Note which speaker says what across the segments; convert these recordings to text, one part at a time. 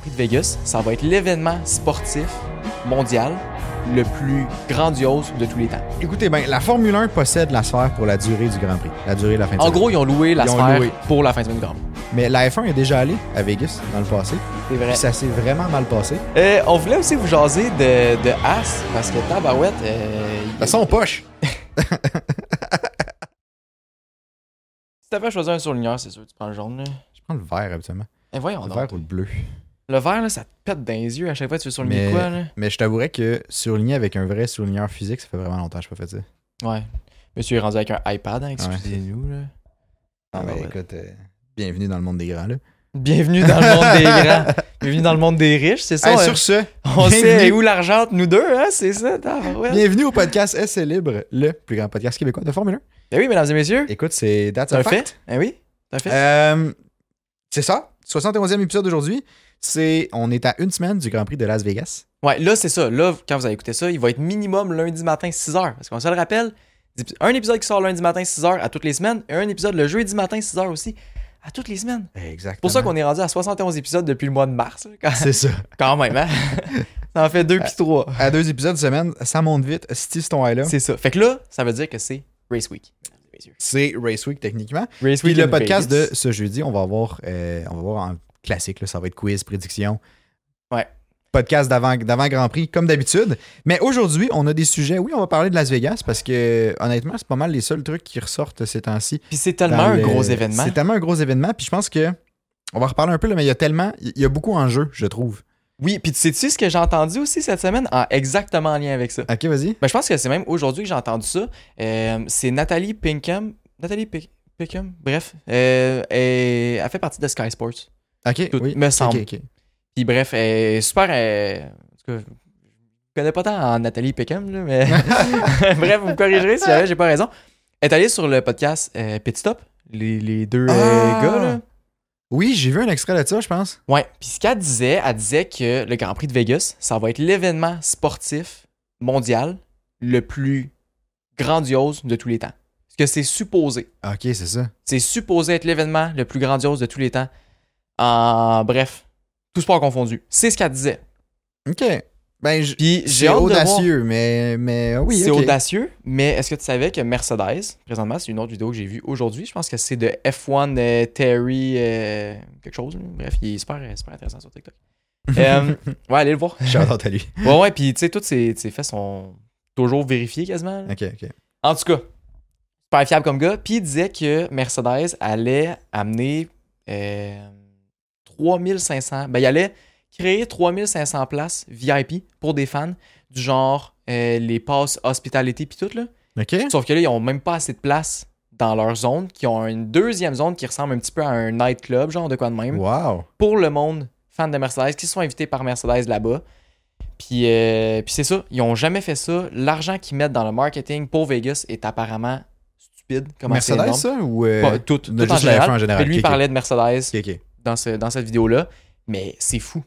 Speaker 1: Prix de Vegas. Ça va être l'événement sportif mondial le plus grandiose de tous les temps.
Speaker 2: Écoutez, ben, la Formule 1 possède la sphère pour la durée du Grand Prix, la durée de la fin de
Speaker 1: En
Speaker 2: semaine.
Speaker 1: gros, ils ont loué la
Speaker 2: Ils ont
Speaker 1: sphère
Speaker 2: loué.
Speaker 1: pour la fin de semaine du Grand Prix.
Speaker 2: Mais la F1 est déjà allée à Vegas dans le passé.
Speaker 1: C'est vrai.
Speaker 2: Puis ça s'est vraiment mal passé.
Speaker 1: Euh, on voulait aussi vous jaser de, de As, parce que Tabarouette... Euh, il-
Speaker 2: Ça sent poche.
Speaker 1: Si t'avais à choisir un surligneur, c'est sûr, tu prends le jaune. Là.
Speaker 2: Je prends le vert habituellement.
Speaker 1: Eh, voyons
Speaker 2: Le
Speaker 1: donc.
Speaker 2: vert ou le bleu.
Speaker 1: Le vert, là, ça te pète dans les yeux à chaque fois que tu veux surligner
Speaker 2: Mais-
Speaker 1: quoi. Là.
Speaker 2: Mais je t'avouerais que surligner avec un vrai souligneur physique, ça fait vraiment longtemps que je n'ai pas fait ça.
Speaker 1: Ouais. Monsieur est rendu avec un iPad, hein, excusez-nous. là.
Speaker 2: Ah,
Speaker 1: Ah,
Speaker 2: ben,
Speaker 1: ouais.
Speaker 2: écoute, euh, bienvenue dans le monde des grands. Là.
Speaker 1: Bienvenue dans le monde des grands. Bienvenue dans le monde des riches, c'est ça.
Speaker 2: Hey,
Speaker 1: hein?
Speaker 2: sur ce,
Speaker 1: on sait
Speaker 2: bienvenue.
Speaker 1: où l'argent entre nous deux, hein, c'est ça. tabarouette.
Speaker 2: bienvenue au podcast SC Libre, le plus grand podcast québécois de Formule
Speaker 1: Eh oui, mesdames et messieurs,
Speaker 2: 1. Écoute, c'est That's
Speaker 1: c'est
Speaker 2: a
Speaker 1: un
Speaker 2: fact.
Speaker 1: fait. Eh oui, c'est un fait.
Speaker 2: Euh, c'est ça, 71e e épisode d'aujourd'hui. C'est, on est à une semaine du Grand Prix de Las Vegas.
Speaker 1: Ouais, là, c'est ça. Là, quand vous allez écouter ça, il va être minimum lundi matin 6h. Parce qu'on se le rappelle, un épisode qui sort lundi matin 6h à toutes les semaines et un épisode le jeudi matin 6h aussi à toutes les semaines.
Speaker 2: Exactement.
Speaker 1: C'est pour ça qu'on est rendu à 71 épisodes depuis le mois de mars. là, Quand,
Speaker 2: C'est ça.
Speaker 1: quand même, hein? ça en fait deux puis trois.
Speaker 2: À deux épisodes semaine, ça monte vite. Steve, ton high là.
Speaker 1: C'est ça. Fait que là, ça veut dire que c'est Race Week. mesdames et messieurs.
Speaker 2: C'est Race Week techniquement.
Speaker 1: Race
Speaker 2: Puis le
Speaker 1: in
Speaker 2: podcast
Speaker 1: Vegas.
Speaker 2: de ce jeudi, on va avoir, euh, on va voir en classique, là, ça va être quiz, prédiction.
Speaker 1: Ouais.
Speaker 2: Podcast d'avant, d'avant Grand Prix, comme d'habitude. Mais aujourd'hui, on a des sujets. Oui, on va parler de Las Vegas parce que, honnêtement, c'est pas mal les seuls trucs qui ressortent ces temps-ci.
Speaker 1: Puis c'est tellement
Speaker 2: dans
Speaker 1: un
Speaker 2: le-
Speaker 1: gros événement.
Speaker 2: C'est tellement un gros événement. Puis je pense que. On va reparler un peu, là, mais il y a tellement. Il y a beaucoup en jeu, je trouve.
Speaker 1: Oui, puis tu sais-tu ce que j'ai entendu aussi cette semaine? En exactement en lien avec ça.
Speaker 2: Ok, vas-y.
Speaker 1: Ben, je pense que c'est même aujourd'hui que j'ai entendu ça. Euh, c'est Nathalie Pinkham. Nathalie Pi- Pinkham, bref. Euh, elle, elle fait partie de Sky Sports.
Speaker 2: Ok,
Speaker 1: Tout-
Speaker 2: oui.
Speaker 1: me
Speaker 2: Ok,
Speaker 1: semble.
Speaker 2: ok.
Speaker 1: Puis bref, elle est super. euh, en tout cas, je connais pas tant en Nathalie Pinkham, là, mais. bref, vous me corrigerez si jamais j'ai pas raison. Elle est allée sur le podcast euh, Pit Stop, les, les deux euh,
Speaker 2: Ah!
Speaker 1: gars, là.
Speaker 2: Oui, j'ai vu un extrait de ça, je pense.
Speaker 1: Ouais, puis ce qu'elle disait, elle disait que le Grand Prix de Vegas, ça va être l'événement sportif mondial le plus grandiose de tous les temps. Parce que c'est supposé.
Speaker 2: Ok, c'est ça.
Speaker 1: C'est supposé être l'événement le plus grandiose de tous les temps. En bref, tout sport confondu. C'est ce qu'elle disait.
Speaker 2: Ok. Ben, j-
Speaker 1: Puis j'ai
Speaker 2: c'est
Speaker 1: hâte de voir-
Speaker 2: audacieux, mais, mais oui.
Speaker 1: c'est
Speaker 2: ok.
Speaker 1: audacieux, mais est-ce que tu savais que Mercedes, présentement, c'est une autre vidéo que j'ai vue aujourd'hui, je pense que c'est de F1 euh, Terry euh, quelque chose, là. bref, il est super, super intéressant sur TikTok. Euh, ouais, allez le voir.
Speaker 2: Shout-out à lui.
Speaker 1: Ouais, ouais, puis tu sais, tous ces, ces faits sont toujours vérifiés quasiment. là.
Speaker 2: Ok, ok.
Speaker 1: En tout cas, super fiable comme gars. Puis il disait que Mercedes allait amener euh, 3500. Ben, il allait créer 3500 places VIP pour des fans, du genre euh, les passes hospitalité puis tout, là.
Speaker 2: Ok.
Speaker 1: Sauf que là, ils ont même pas assez de places dans leur zone, qui ont une deuxième zone qui ressemble un petit peu à un nightclub, genre de quoi de même
Speaker 2: Wow.
Speaker 1: pour le monde fan de Mercedes qui se sont invités par Mercedes là-bas. Puis, euh, puis c'est ça, ils ont jamais fait ça. L'argent qu'ils mettent dans le marketing pour Vegas est apparemment stupide. Comment c'est
Speaker 2: Mercedes,
Speaker 1: énorme.
Speaker 2: ça ou. euh,
Speaker 1: Pas- tout,
Speaker 2: de
Speaker 1: tout en
Speaker 2: juste la
Speaker 1: général.
Speaker 2: F1 en général.
Speaker 1: Puis lui
Speaker 2: Ok, ok.
Speaker 1: parlait de Mercedes
Speaker 2: Ok, ok.
Speaker 1: dans, ce- dans cette vidéo-là, mais c'est fou.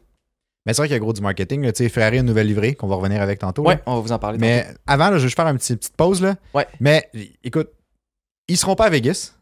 Speaker 2: Mais c'est vrai qu'il y a gros du marketing. là. Tu sais, Ferrari, une nouvelle livrée qu'on va revenir avec tantôt. là.
Speaker 1: Ouais, on va vous en parler.
Speaker 2: Mais avant, là, je vais juste faire une petite, petite pause. Là.
Speaker 1: Ouais.
Speaker 2: Mais écoute, ils seront pas à Vegas.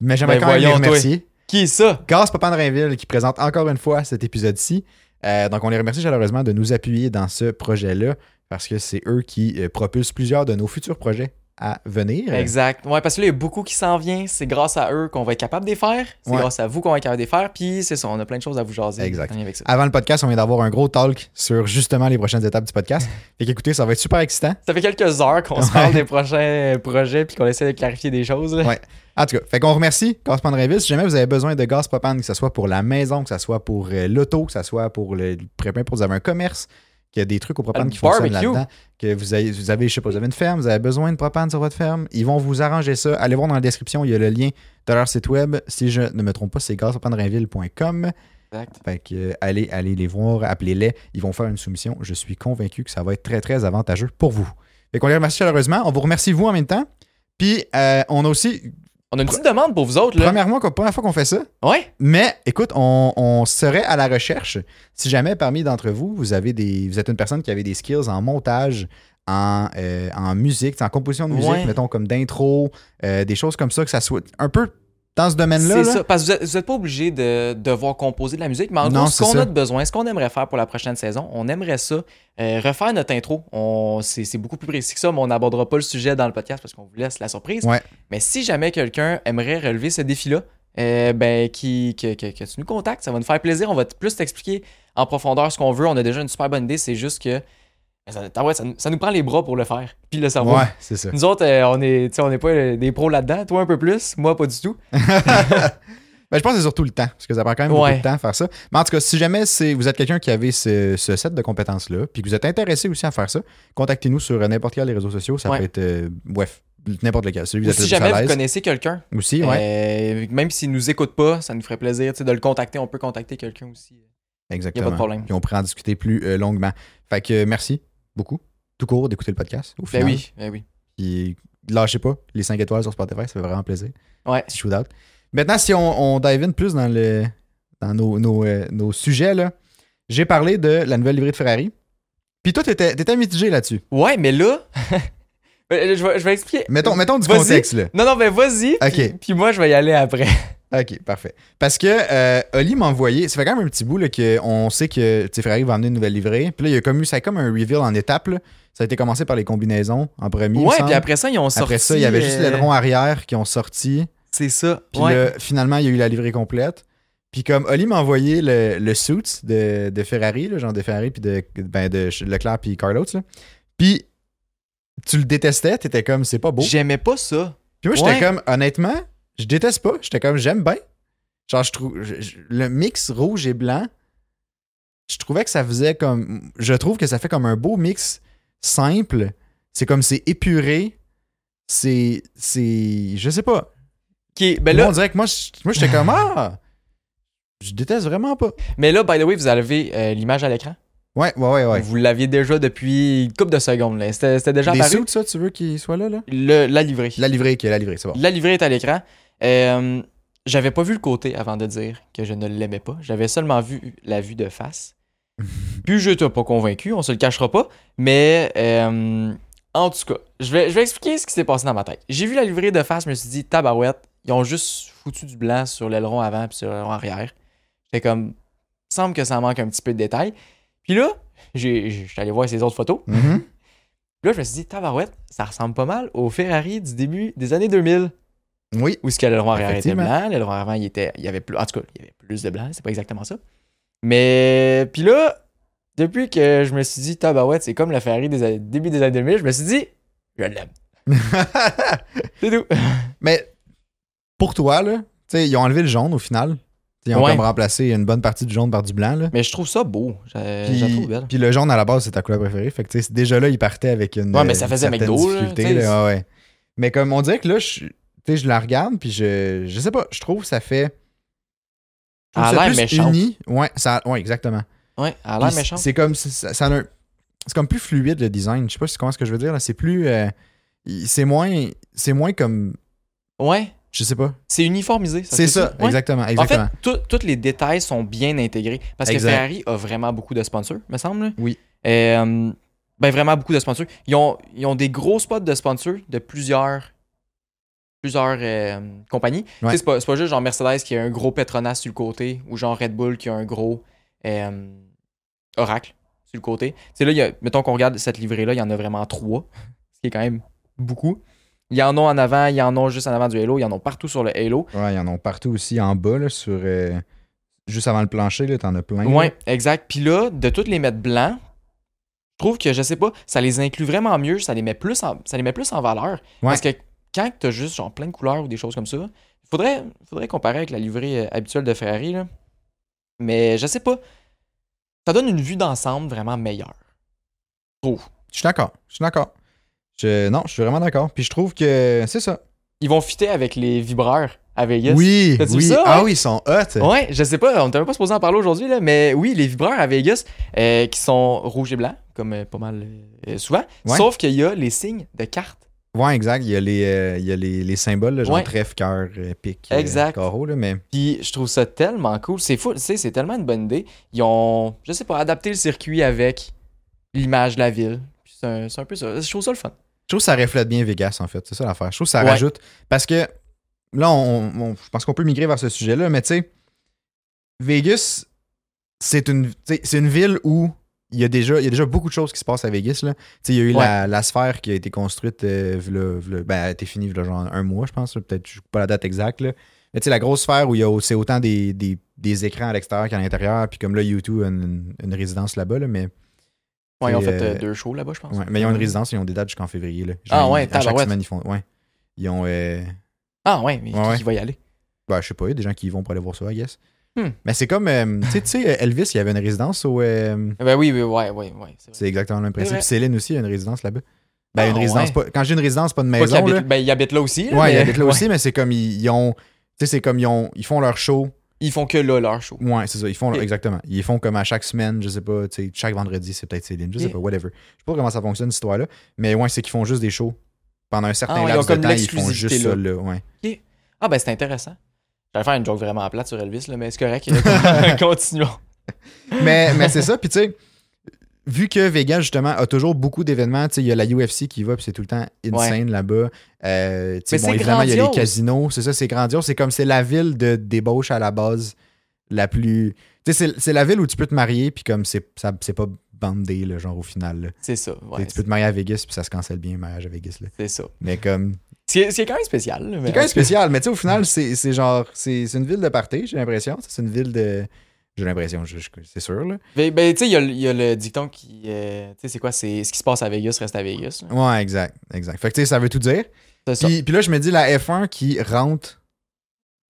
Speaker 2: Mais j'aimerais
Speaker 1: Ben,
Speaker 2: quand même les
Speaker 1: voyons, toi.
Speaker 2: remercier.
Speaker 1: tantôt. Qui est ça?
Speaker 2: Gaz Papandrainville qui présente encore une fois cet épisode-ci. Euh, donc, on les remercie chaleureusement de nous appuyer dans ce projet-là parce que c'est eux qui euh, propulsent plusieurs de nos futurs projets à venir.
Speaker 1: Exact. Ouais, parce que là, il y a beaucoup qui s'en vient. C'est grâce à eux qu'on va être capable de les faire. C'est
Speaker 2: Ouais.
Speaker 1: grâce à vous qu'on va être capable de les faire. Puis c'est ça, on a plein de choses à vous jaser.
Speaker 2: Exact.
Speaker 1: en lien Avec ça.
Speaker 2: Avant le podcast, on vient d'avoir un gros talk sur justement les prochaines étapes du podcast. Fait qu'écoutez, ça va être super excitant.
Speaker 1: ça fait quelques heures qu'on se parle des prochains projets puis qu'on essaie de clarifier des choses. là.
Speaker 2: Ouais. En tout cas, fait qu'on remercie Gaspard Révis. Si jamais vous avez besoin de gaz propane, que ce soit pour la maison, que ce soit pour euh, l'auto, que ce soit pour le peu importe, vous avez un commerce, qu'il y a des trucs au propane
Speaker 1: Le
Speaker 2: qui fonctionnent
Speaker 1: barbecue.
Speaker 2: là-dedans, que vous avez, vous avez, je sais pas, vous avez une ferme, vous avez besoin de propane sur votre ferme, ils vont vous arranger ça. Allez voir dans la description, il y a le lien de leur site web. Si je ne me trompe pas, c'est gazpropanerainville.com.
Speaker 1: Exact.
Speaker 2: Fait que euh, allez, allez les voir, appelez-les, ils vont faire une soumission. Je suis convaincu que ça va être très, très avantageux pour vous. Fait qu'on les remercie chaleureusement. On vous remercie vous en même temps. Puis euh, on a aussi
Speaker 1: On a une petite demande pour vous autres, là.
Speaker 2: Premièrement, quoi, première fois qu'on fait ça.
Speaker 1: Ouais.
Speaker 2: Mais écoute, on, on serait à la recherche. Si jamais parmi d'entre vous, vous avez des. Vous êtes une personne qui avait des skills en montage, en, euh, en musique, en composition de musique,
Speaker 1: Ouais.
Speaker 2: mettons comme d'intro, euh, des choses comme ça, que ça soit un peu dans ce domaine-là.
Speaker 1: C'est
Speaker 2: là,
Speaker 1: ça. Parce que vous êtes- vous n'êtes pas obligé de devoir composer de la musique, mais en
Speaker 2: Non,
Speaker 1: gros, ce
Speaker 2: c'est
Speaker 1: qu'on
Speaker 2: ça.
Speaker 1: a de besoin, ce qu'on aimerait faire pour la prochaine saison, on aimerait ça, euh, refaire notre intro. On- C'est c'est beaucoup plus précis que ça, mais on n'abordera pas le sujet dans le podcast parce qu'on vous laisse la surprise.
Speaker 2: Ouais.
Speaker 1: Mais si jamais quelqu'un aimerait relever ce défi-là, euh, ben, qui, que, que- que tu nous contactes, ça va nous faire plaisir. On va t- plus t'expliquer en profondeur ce qu'on veut. On a déjà une super bonne idée, c'est juste que ben, ça, ah ouais, ça nous- ça nous prend les bras pour le faire, puis le cerveau.
Speaker 2: Ouais, c'est ça.
Speaker 1: Nous autres, euh, on est, tu sais, on n'est pas euh, des pros là-dedans. Toi un peu plus, moi pas du tout.
Speaker 2: Ben, je pense que c'est surtout le temps, parce que ça prend quand même
Speaker 1: Ouais.
Speaker 2: beaucoup de temps à faire ça. Mais en tout cas, si jamais c'est, vous êtes quelqu'un qui avait ce, ce set de compétences-là, puis que vous êtes intéressé aussi à faire ça, contactez-nous sur euh, n'importe quel des réseaux sociaux. Ça
Speaker 1: Ouais.
Speaker 2: peut être, euh, bref, n'importe lequel. Celui
Speaker 1: Ou
Speaker 2: que vous êtes
Speaker 1: si
Speaker 2: le plus à
Speaker 1: jamais vous
Speaker 2: l'aise.
Speaker 1: connaissez quelqu'un,
Speaker 2: Aussi, ouais,
Speaker 1: euh, même s'il nous écoute pas, ça nous ferait plaisir tu sais, de le contacter. On peut contacter quelqu'un aussi. Il n'y
Speaker 2: exactement.
Speaker 1: a pas de problème.
Speaker 2: Puis on pourra en discuter plus euh, longuement. Fait que euh, merci beaucoup, tout court, d'écouter le podcast. Au
Speaker 1: Ben
Speaker 2: final.
Speaker 1: oui, ben oui.
Speaker 2: Puis lâchez pas les 5 étoiles sur Spotify, ça fait vraiment plaisir.
Speaker 1: Ouais.
Speaker 2: Petit shootout. Maintenant, si on, on dive in plus dans, le, dans nos, nos, euh, nos sujets, là, j'ai parlé de la nouvelle livrée de Ferrari. Puis toi, t'étais, t'étais mitigé là-dessus.
Speaker 1: Ouais, mais là, ben, je, vais, je vais expliquer.
Speaker 2: Mettons, mettons du
Speaker 1: Vas-y.
Speaker 2: contexte, là.
Speaker 1: Non, non, ben vas-y.
Speaker 2: Ok.
Speaker 1: Puis, puis moi, je vais y aller après.
Speaker 2: OK, parfait. Parce que euh, Oli m'a envoyé, ça fait quand même un petit bout là, que on sait que tu sais, Ferrari va amener une nouvelle livrée. Puis là, il y a comme eu, ça a comme un reveal en étapes. là. Ça a été commencé par les combinaisons en premier. il me
Speaker 1: ouais,
Speaker 2: semble.
Speaker 1: puis après ça, ils ont sorti.
Speaker 2: Après ça, il y avait juste
Speaker 1: euh,
Speaker 2: l'aileron arrière qui ont sorti.
Speaker 1: C'est ça.
Speaker 2: Puis
Speaker 1: ouais.
Speaker 2: là, finalement, il y a eu la livrée complète. Puis comme Oli m'a envoyé le, le suit de, de Ferrari, le genre de Ferrari, puis de, ben, de Ch- Leclerc, puis Carlos, là. Puis tu le détestais, t'étais comme, c'est pas beau.
Speaker 1: J'aimais pas ça.
Speaker 2: Puis moi, j'étais
Speaker 1: Ouais.
Speaker 2: comme, honnêtement, je déteste pas. J'étais comme, j'aime bien. Genre, je trouve, je- je- le mix rouge et blanc, je trouvais que ça faisait comme, je trouve que ça fait comme un beau mix simple. C'est comme, c'est épuré. C'est, c'est, je sais pas.
Speaker 1: Ok, ben
Speaker 2: Moi,
Speaker 1: là,
Speaker 2: on dirait que moi, je- moi j'étais comme Ah! Je déteste vraiment pas.
Speaker 1: mais là, by the way, vous avez euh, l'image à l'écran.
Speaker 2: Ouais, ouais, ouais, ouais.
Speaker 1: Vous l'aviez déjà depuis une couple de secondes. là. C'était c'était déjà
Speaker 2: Des
Speaker 1: apparu.
Speaker 2: sous, ça, tu veux qu'il soit là, là?
Speaker 1: Le- la livrée.
Speaker 2: La livrée, qui est la livrée, c'est bon.
Speaker 1: La livrée est à l'écran. Euh, j'avais pas vu le côté avant de dire que je ne l'aimais pas. J'avais seulement vu la vue de face. Puis je t'ai pas convaincu, on se le cachera pas. Mais euh, en tout cas, je vais, je vais expliquer ce qui s'est passé dans ma tête. J'ai vu la livrée de face, je me suis dit, tabarouette, ils ont juste foutu du blanc sur l'aileron avant puis sur l'aileron arrière. J'étais comme, semble que ça manque un petit peu de détails. Puis là, j'ai- je suis allé voir ces autres photos.
Speaker 2: Mhm.
Speaker 1: Puis là, je me suis dit, tabarouette, ça ressemble pas mal au Ferrari du début des années 2000
Speaker 2: Oui.
Speaker 1: où ce que l'aileron arrière était
Speaker 2: Effectivement.
Speaker 1: blanc, l'aileron avant il était il y avait plus en tout cas, il y avait plus de blanc, c'est pas exactement ça. Mais puis là, depuis que je me suis dit tabarouette, c'est comme la Ferrari des années- début des années 2000, je me suis dit je l'aime. C'est tout.
Speaker 2: Mais pour toi, là, tu sais, ils ont enlevé le jaune au final. T'sais, Ils ont
Speaker 1: Ouais.
Speaker 2: comme remplacé une bonne partie du jaune par du blanc, là.
Speaker 1: Mais je trouve ça beau, je Euh, je la
Speaker 2: Puis,
Speaker 1: trouve belle.
Speaker 2: puis le jaune à la base, c'est ta couleur préférée. Fait que tu sais, c'est- déjà là, ils partaient avec une.
Speaker 1: Ouais, mais ça faisait
Speaker 2: une certaine
Speaker 1: McDo, là,
Speaker 2: difficulté,
Speaker 1: tu sais,
Speaker 2: là, ouais, ouais. Mais comme on dirait que là, je, tu sais, je la regarde, puis je, je sais pas, je trouve que ça fait. je
Speaker 1: Elle
Speaker 2: trouve
Speaker 1: a
Speaker 2: ça
Speaker 1: l'air
Speaker 2: plus
Speaker 1: méchante.
Speaker 2: uni. Ouais, ça, ouais, exactement.
Speaker 1: Ouais, elle a l'air
Speaker 2: Puis
Speaker 1: méchante.
Speaker 2: C'est comme ça, ça- ça a un- c'est comme plus fluide le design. Je sais pas si- comment est-ce que je veux dire là. C'est plus, euh, il- c'est moins, c'est moins comme,
Speaker 1: Ouais,
Speaker 2: je sais pas.
Speaker 1: c'est uniformisé
Speaker 2: C'est ça,
Speaker 1: Ouais.
Speaker 2: exactement,
Speaker 1: En fait,
Speaker 2: exactement.
Speaker 1: tout- tous les détails sont bien intégrés. Parce
Speaker 2: Exact.
Speaker 1: que Ferrari a vraiment beaucoup de sponsors, me semble. là.
Speaker 2: Oui.
Speaker 1: Euh, ben, vraiment beaucoup de sponsors. Ils ont, ils ont des gros spots de sponsors de plusieurs, plusieurs euh, compagnies. Tu
Speaker 2: Ouais.
Speaker 1: sais, C'est pas, c'est pas juste genre Mercedes qui a un gros Petronas sur le côté ou genre Red Bull qui a un gros euh, Oracle sur le côté. C'est là, il y a- mettons qu'on regarde cette livrée-là, il y en a vraiment trois, ce qui est quand même beaucoup. Il y en a en avant, il y en a juste en avant du Halo, il y en a partout sur le Halo.
Speaker 2: Ouais, ils en ont partout aussi en bas là, sur, euh, juste avant le plancher là, t'en as plein. là.
Speaker 1: Ouais, exact. Puis là, de toutes les mettre blancs, je trouve que je sais pas, ça les inclut vraiment mieux, ça les met plus en, ça les met plus en valeur. Parce que quand t'as juste genre plein de couleurs ou des choses comme ça, il faudrait, faudrait comparer avec la livrée euh, habituelle de Ferrari. là. Mais je sais pas, ça donne une vue d'ensemble vraiment meilleure. Je trouve.
Speaker 2: Je suis d'accord, je suis d'accord. Je- non, je suis vraiment d'accord. Puis je trouve que c'est ça.
Speaker 1: Ils vont fitter avec les vibreurs à Vegas.
Speaker 2: Oui,
Speaker 1: T'as-tu
Speaker 2: oui.
Speaker 1: vu ça, ouais?
Speaker 2: Ah oui, ils sont hot.
Speaker 1: Ouais, je sais pas, on était même pas supposé en parler aujourd'hui, là, mais oui, les vibreurs à Vegas euh, qui sont rouges et blancs, comme euh, pas mal euh, souvent,
Speaker 2: Ouais.
Speaker 1: sauf qu'il y a les signes de cartes.
Speaker 2: Ouais, exact. Il y a les, euh, il y a les, les symboles, là, genre
Speaker 1: Ouais.
Speaker 2: trèfle, cœur, euh, pique,
Speaker 1: Exact.
Speaker 2: euh, carreau, là, mais
Speaker 1: Puis je trouve ça tellement cool. C'est fou, tu sais, c'est tellement une bonne idée. Ils ont, je sais pas, adapté le circuit avec l'image de la ville. Puis C'est un, c'est un peu ça. Je trouve ça le fun.
Speaker 2: Je trouve que ça reflète bien Vegas, en fait. C'est ça l'affaire. Je trouve que ça
Speaker 1: Ouais.
Speaker 2: rajoute. Parce que là, on, on- je pense qu'on peut migrer vers ce sujet-là, mais tu sais, Vegas, c'est une, tu sais, c'est une ville où il y, a déjà, il y a déjà beaucoup de choses qui se passent à Vegas. Là. Tu sais, Il y a eu la, la sphère qui a été construite, euh, v'là- v'là- ben, elle a été finie v'là genre un mois, je pense. là. Peut-être, je sais pas la date exacte. Là. Mais tu sais, la grosse sphère où il y a, c'est autant des, des- des écrans à l'extérieur qu'à l'intérieur. Puis comme là, U2 a une, une résidence là-bas, là, mais
Speaker 1: Ouais, ils ont
Speaker 2: Et,
Speaker 1: fait euh,
Speaker 2: euh,
Speaker 1: deux shows là-bas, je pense.
Speaker 2: Ouais, mais ils ont une résidence, ils ont des dates jusqu'en février. Là.
Speaker 1: Ah ouais,
Speaker 2: ils- à chaque
Speaker 1: tabarouette.
Speaker 2: semaine, ils font. Ouais. Ils ont. euh,
Speaker 1: Ah ouais, mais
Speaker 2: Ouais,
Speaker 1: qui qui va y aller?
Speaker 2: ben, je sais pas, il y a des gens qui y vont pour aller voir ça, I guess.
Speaker 1: Hmm.
Speaker 2: Mais c'est comme. euh, tu sais- tu sais, Elvis, il y avait une résidence au. euh,
Speaker 1: Ben oui, oui, ouais, ouais, ouais. C'est vrai.
Speaker 2: c'est exactement le même
Speaker 1: C'est
Speaker 2: principe.
Speaker 1: vrai.
Speaker 2: Céline aussi a une résidence là-bas. Ben,
Speaker 1: Ah,
Speaker 2: une résidence.
Speaker 1: ouais.
Speaker 2: Pas, quand j'ai une résidence, pas de
Speaker 1: Pas qu'il
Speaker 2: maison.
Speaker 1: habite-
Speaker 2: là.
Speaker 1: ben, il habite là aussi. là,
Speaker 2: Ouais, ils
Speaker 1: mais-
Speaker 2: habitent là
Speaker 1: ouais.
Speaker 2: aussi, mais c'est comme ils, ils ont. Tu sais, c'est comme ils, ont, ils font leur show.
Speaker 1: Ils font que là leur show.
Speaker 2: Ouais, c'est ça. Ils font leur-
Speaker 1: Ok.
Speaker 2: exactement. Ils font comme à chaque semaine, je sais pas, tu sais, chaque vendredi, c'est peut-être Céline, je sais
Speaker 1: Ok.
Speaker 2: pas, whatever. Je sais pas comment ça fonctionne cette histoire-là, mais ouais, c'est qu'ils font juste des shows. Pendant un certain
Speaker 1: Ah ouais, ils ont
Speaker 2: laps de
Speaker 1: comme
Speaker 2: temps, ils font
Speaker 1: l'exclusivité,
Speaker 2: juste
Speaker 1: là.
Speaker 2: ça là, ouais.
Speaker 1: Ah ben c'est intéressant. J'allais faire une joke vraiment plate sur Elvis, là, mais c'est correct. euh, Continuons.
Speaker 2: Mais, mais c'est ça, puis tu sais, vu que Vegas justement a toujours beaucoup d'événements, tu sais, il y a la UFC qui va, puis c'est tout le temps insane là-bas. Euh, tu sais,
Speaker 1: Mais
Speaker 2: bon,
Speaker 1: c'est
Speaker 2: évidemment, il y a les
Speaker 1: grandiose.
Speaker 2: casinos, c'est ça, c'est grandiose. C'est comme c'est la ville de débauche à la base la plus. Tu sais, c'est- c'est la ville où tu peux te marier, puis comme c'est ça- c'est pas bandé, là, genre au final. là.
Speaker 1: C'est ça. ouais,
Speaker 2: Tu sais, tu peux te marier à Vegas, puis ça se cancelle bien, le mariage à Vegas. Là.
Speaker 1: c'est ça.
Speaker 2: Mais comme.
Speaker 1: C'est c'est quand même spécial. là, mais
Speaker 2: C'est quand même spécial, mais tu sais, au final, c'est c'est genre. C'est c'est une ville de party, j'ai l'impression. C'est une ville de. J'ai l'impression, je- je- c'est sûr, là.
Speaker 1: Ben, ben, tu sais, il y, a le- il y a le dicton qui. euh, tu sais, c'est quoi C'est ce qui se passe à Vegas reste à Vegas. là.
Speaker 2: Ouais, exact, exact. Fait que tu sais, ça veut tout dire.
Speaker 1: C'est ça.
Speaker 2: Puis, puis là, je me dis, la F1 qui rentre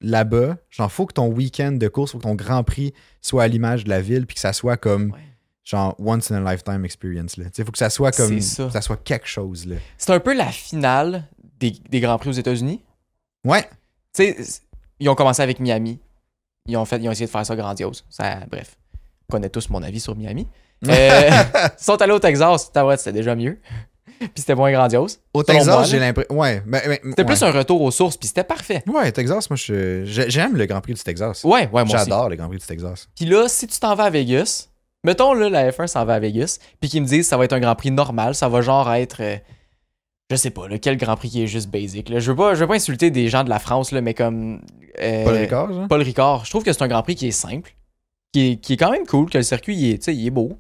Speaker 2: là-bas, genre, faut que ton week-end de course, faut que ton Grand Prix soit à l'image de la ville, puis que ça soit comme.
Speaker 1: Ouais.
Speaker 2: Genre, once in a lifetime experience, là. Tu sais, faut que ça soit comme.
Speaker 1: C'est ça.
Speaker 2: Ça. soit quelque chose, là.
Speaker 1: C'est un peu la finale des, des Grands Prix aux États-Unis.
Speaker 2: Ouais,
Speaker 1: Tu sais, c'est- ils ont commencé avec Miami. Ils ont, fait, ils ont essayé de faire ça grandiose. Ça, bref, on connaît tous mon avis sur Miami. Euh, ils sont allés au Texas. tabarouette, C'était déjà mieux. puis c'était moins grandiose.
Speaker 2: au
Speaker 1: Selon moi,
Speaker 2: Texas, j'ai
Speaker 1: là.
Speaker 2: l'impression. Ouais, mais. mais-
Speaker 1: C'était
Speaker 2: ouais.
Speaker 1: plus un retour aux sources, puis c'était parfait.
Speaker 2: Ouais, Texas, moi, je, je- j'aime le Grand Prix du Texas.
Speaker 1: Ouais, ouais, moi aussi.
Speaker 2: J'adore le Grand Prix du Texas.
Speaker 1: Puis là, si tu t'en vas à Vegas, mettons là, la F1 s'en va à Vegas, puis qu'ils me disent ça va être un Grand Prix normal, ça va genre être. euh, je sais pas, là, quel Grand Prix qui est juste basic. Là. Je, veux pas, je veux pas insulter des gens de la France, là, mais comme. euh,
Speaker 2: Paul Ricard, genre?
Speaker 1: Paul Ricard, je trouve que c'est un Grand Prix qui est simple, qui est, qui est quand même cool, que le circuit, il est, tu sais, il est beau.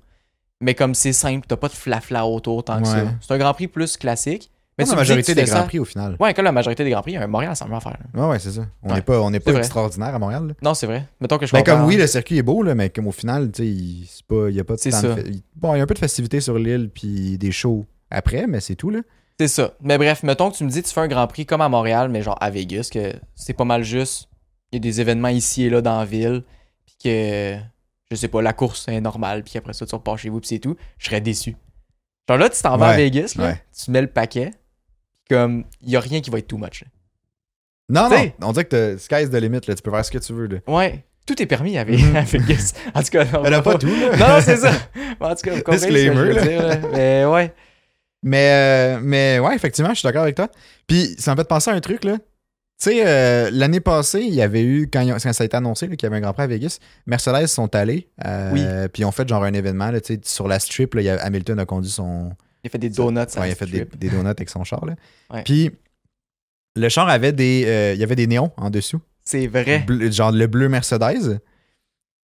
Speaker 1: Mais comme c'est simple, t'as pas de flafla autour tant que ça.
Speaker 2: Ouais.
Speaker 1: C'est un Grand Prix plus classique. Mais
Speaker 2: Comme
Speaker 1: tu
Speaker 2: la
Speaker 1: me dis que tu
Speaker 2: majorité
Speaker 1: fais
Speaker 2: des Grands
Speaker 1: ça-
Speaker 2: Prix, au final.
Speaker 1: Ouais, comme la majorité des Grands Prix, il y a un Montréal sans rien faire. là.
Speaker 2: Ouais, ouais, c'est ça. On n'est
Speaker 1: Ouais.
Speaker 2: pas, on n'est
Speaker 1: C'est
Speaker 2: pas
Speaker 1: vrai.
Speaker 2: extraordinaire à Montréal. là.
Speaker 1: Non, c'est vrai. Mettons que je
Speaker 2: Ben, comme
Speaker 1: compare-
Speaker 2: oui, le circuit est beau, là, mais comme au final, tu sais, il- c'est pas- il n'y a pas de
Speaker 1: C'est
Speaker 2: tant de
Speaker 1: ça.
Speaker 2: fe- il- Bon, il y a un peu de festivité sur l'île, puis des shows après, mais c'est tout, là.
Speaker 1: C'est ça. Mais bref, mettons que tu me dis tu fais un Grand Prix comme à Montréal, mais genre à Vegas, que c'est pas mal juste. Il y a des événements ici et là dans la ville, puis que, je sais pas, la course est normale, puis après ça, tu repars chez vous, puis c'est tout. Je serais déçu. Genre là, tu t'en vas à
Speaker 2: Ouais,
Speaker 1: Vegas, là,
Speaker 2: ouais.
Speaker 1: tu mets le paquet, puis comme, il y a rien qui va être too much. là.
Speaker 2: Non,
Speaker 1: Tu
Speaker 2: non,
Speaker 1: sais.
Speaker 2: on dirait que t'as- sky's the limit, là. Tu peux faire ce que tu veux, là.
Speaker 1: Ouais, tout est permis à, Ve-
Speaker 2: Mhm.
Speaker 1: à Vegas. En tout cas, on
Speaker 2: Elle
Speaker 1: va
Speaker 2: a pas tout, là.
Speaker 1: Non, non, c'est ça. En tout cas, vous comprenez ce que je veux
Speaker 2: Disclaimer, là.
Speaker 1: dire, là. Mais ouais.
Speaker 2: Mais, euh, mais ouais, effectivement, je suis d'accord avec toi. Puis ça me fait penser à un truc, là. Tu sais, euh, l'année passée, il y avait eu, quand, ils ont- quand ça a été annoncé là, qu'il y avait un Grand Prix à Vegas, Mercedes sont allés. euh,
Speaker 1: Oui.
Speaker 2: Puis ils ont fait genre un événement, là, tu sais, sur la strip, là, il y a- Hamilton a conduit son.
Speaker 1: Il a fait des donuts. à
Speaker 2: ouais, il
Speaker 1: la
Speaker 2: a fait des,
Speaker 1: strip.
Speaker 2: des donuts avec son char, là.
Speaker 1: Ouais.
Speaker 2: Puis le char avait des. euh, il y avait des néons en dessous.
Speaker 1: C'est vrai.
Speaker 2: Bleu- genre le bleu Mercedes.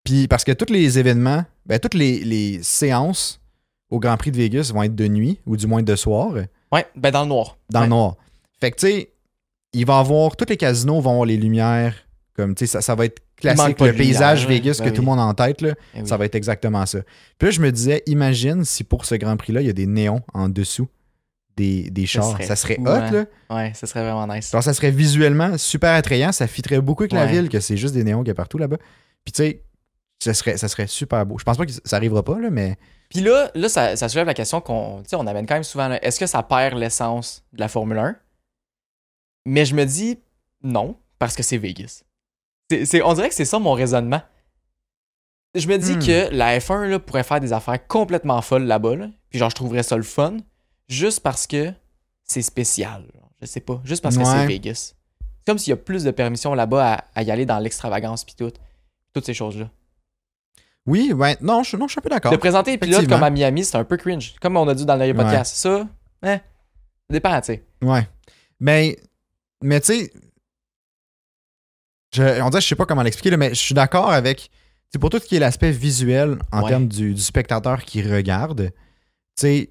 Speaker 2: Puis parce que tous les événements, ben, toutes les, les séances au Grand Prix de Vegas vont être de nuit, ou du moins de soir
Speaker 1: Ouais, ben dans le noir.
Speaker 2: Mm. dans le noir. Fait que, tu sais, il va avoir, tous les casinos vont avoir les lumières, comme, tu sais, ça, ça va être
Speaker 1: manque
Speaker 2: classique,
Speaker 1: pas
Speaker 2: le
Speaker 1: de
Speaker 2: paysage
Speaker 1: lumière,
Speaker 2: Vegas
Speaker 1: ben
Speaker 2: que
Speaker 1: oui.
Speaker 2: tout le monde a en tête, là,
Speaker 1: Eh oui.
Speaker 2: ça va être exactement ça. Puis là, je me disais, imagine si pour ce Grand Prix-là, il y a des néons en dessous des, des
Speaker 1: Ça
Speaker 2: chars.
Speaker 1: serait
Speaker 2: Ça serait,
Speaker 1: fou,
Speaker 2: hot,
Speaker 1: hein.
Speaker 2: là.
Speaker 1: Ouais, ça serait vraiment nice.
Speaker 2: Genre, ça serait visuellement super attrayant, ça fitterait beaucoup avec la
Speaker 1: Ouais.
Speaker 2: ville, que c'est juste des néons qu'il y a partout là-bas. Puis, tu sais, ça serait, ça serait super beau. Je pense pas que ça arrivera pas, là, mais...
Speaker 1: Puis là, là ça, ça soulève la question qu'on tu sais, on amène quand même souvent. là. Est-ce que ça perd l'essence de la Formule 1? Mais je me dis non, parce que c'est Vegas. C'est- c'est- on dirait que c'est ça mon raisonnement. Je me dis
Speaker 2: Hmm.
Speaker 1: que la F1 là, pourrait faire des affaires complètement folles là-bas. là. Puis genre, je trouverais ça le fun. Juste parce que c'est spécial. genre. Je sais pas. Juste parce que c'est
Speaker 2: Ouais.
Speaker 1: Vegas. C'est comme s'il y a plus de permissions là-bas à, à y aller dans l'extravagance puis tout. Toutes ces choses-là.
Speaker 2: Oui, ouais, non, je, non, je suis un peu d'accord.
Speaker 1: De présenter les pilotes
Speaker 2: Effectivement.
Speaker 1: comme à Miami, c'est un peu cringe. Comme on a dit dans le dernier
Speaker 2: Ouais.
Speaker 1: podcast. Ça, hein, ça dépend, tu sais.
Speaker 2: Ouais. Mais, mais tu sais, Je, on dirait, je sais pas comment l'expliquer, là, mais je suis d'accord avec. C'est pour tout ce qui est l'aspect visuel en
Speaker 1: Ouais.
Speaker 2: termes du, du spectateur qui regarde. Tu sais,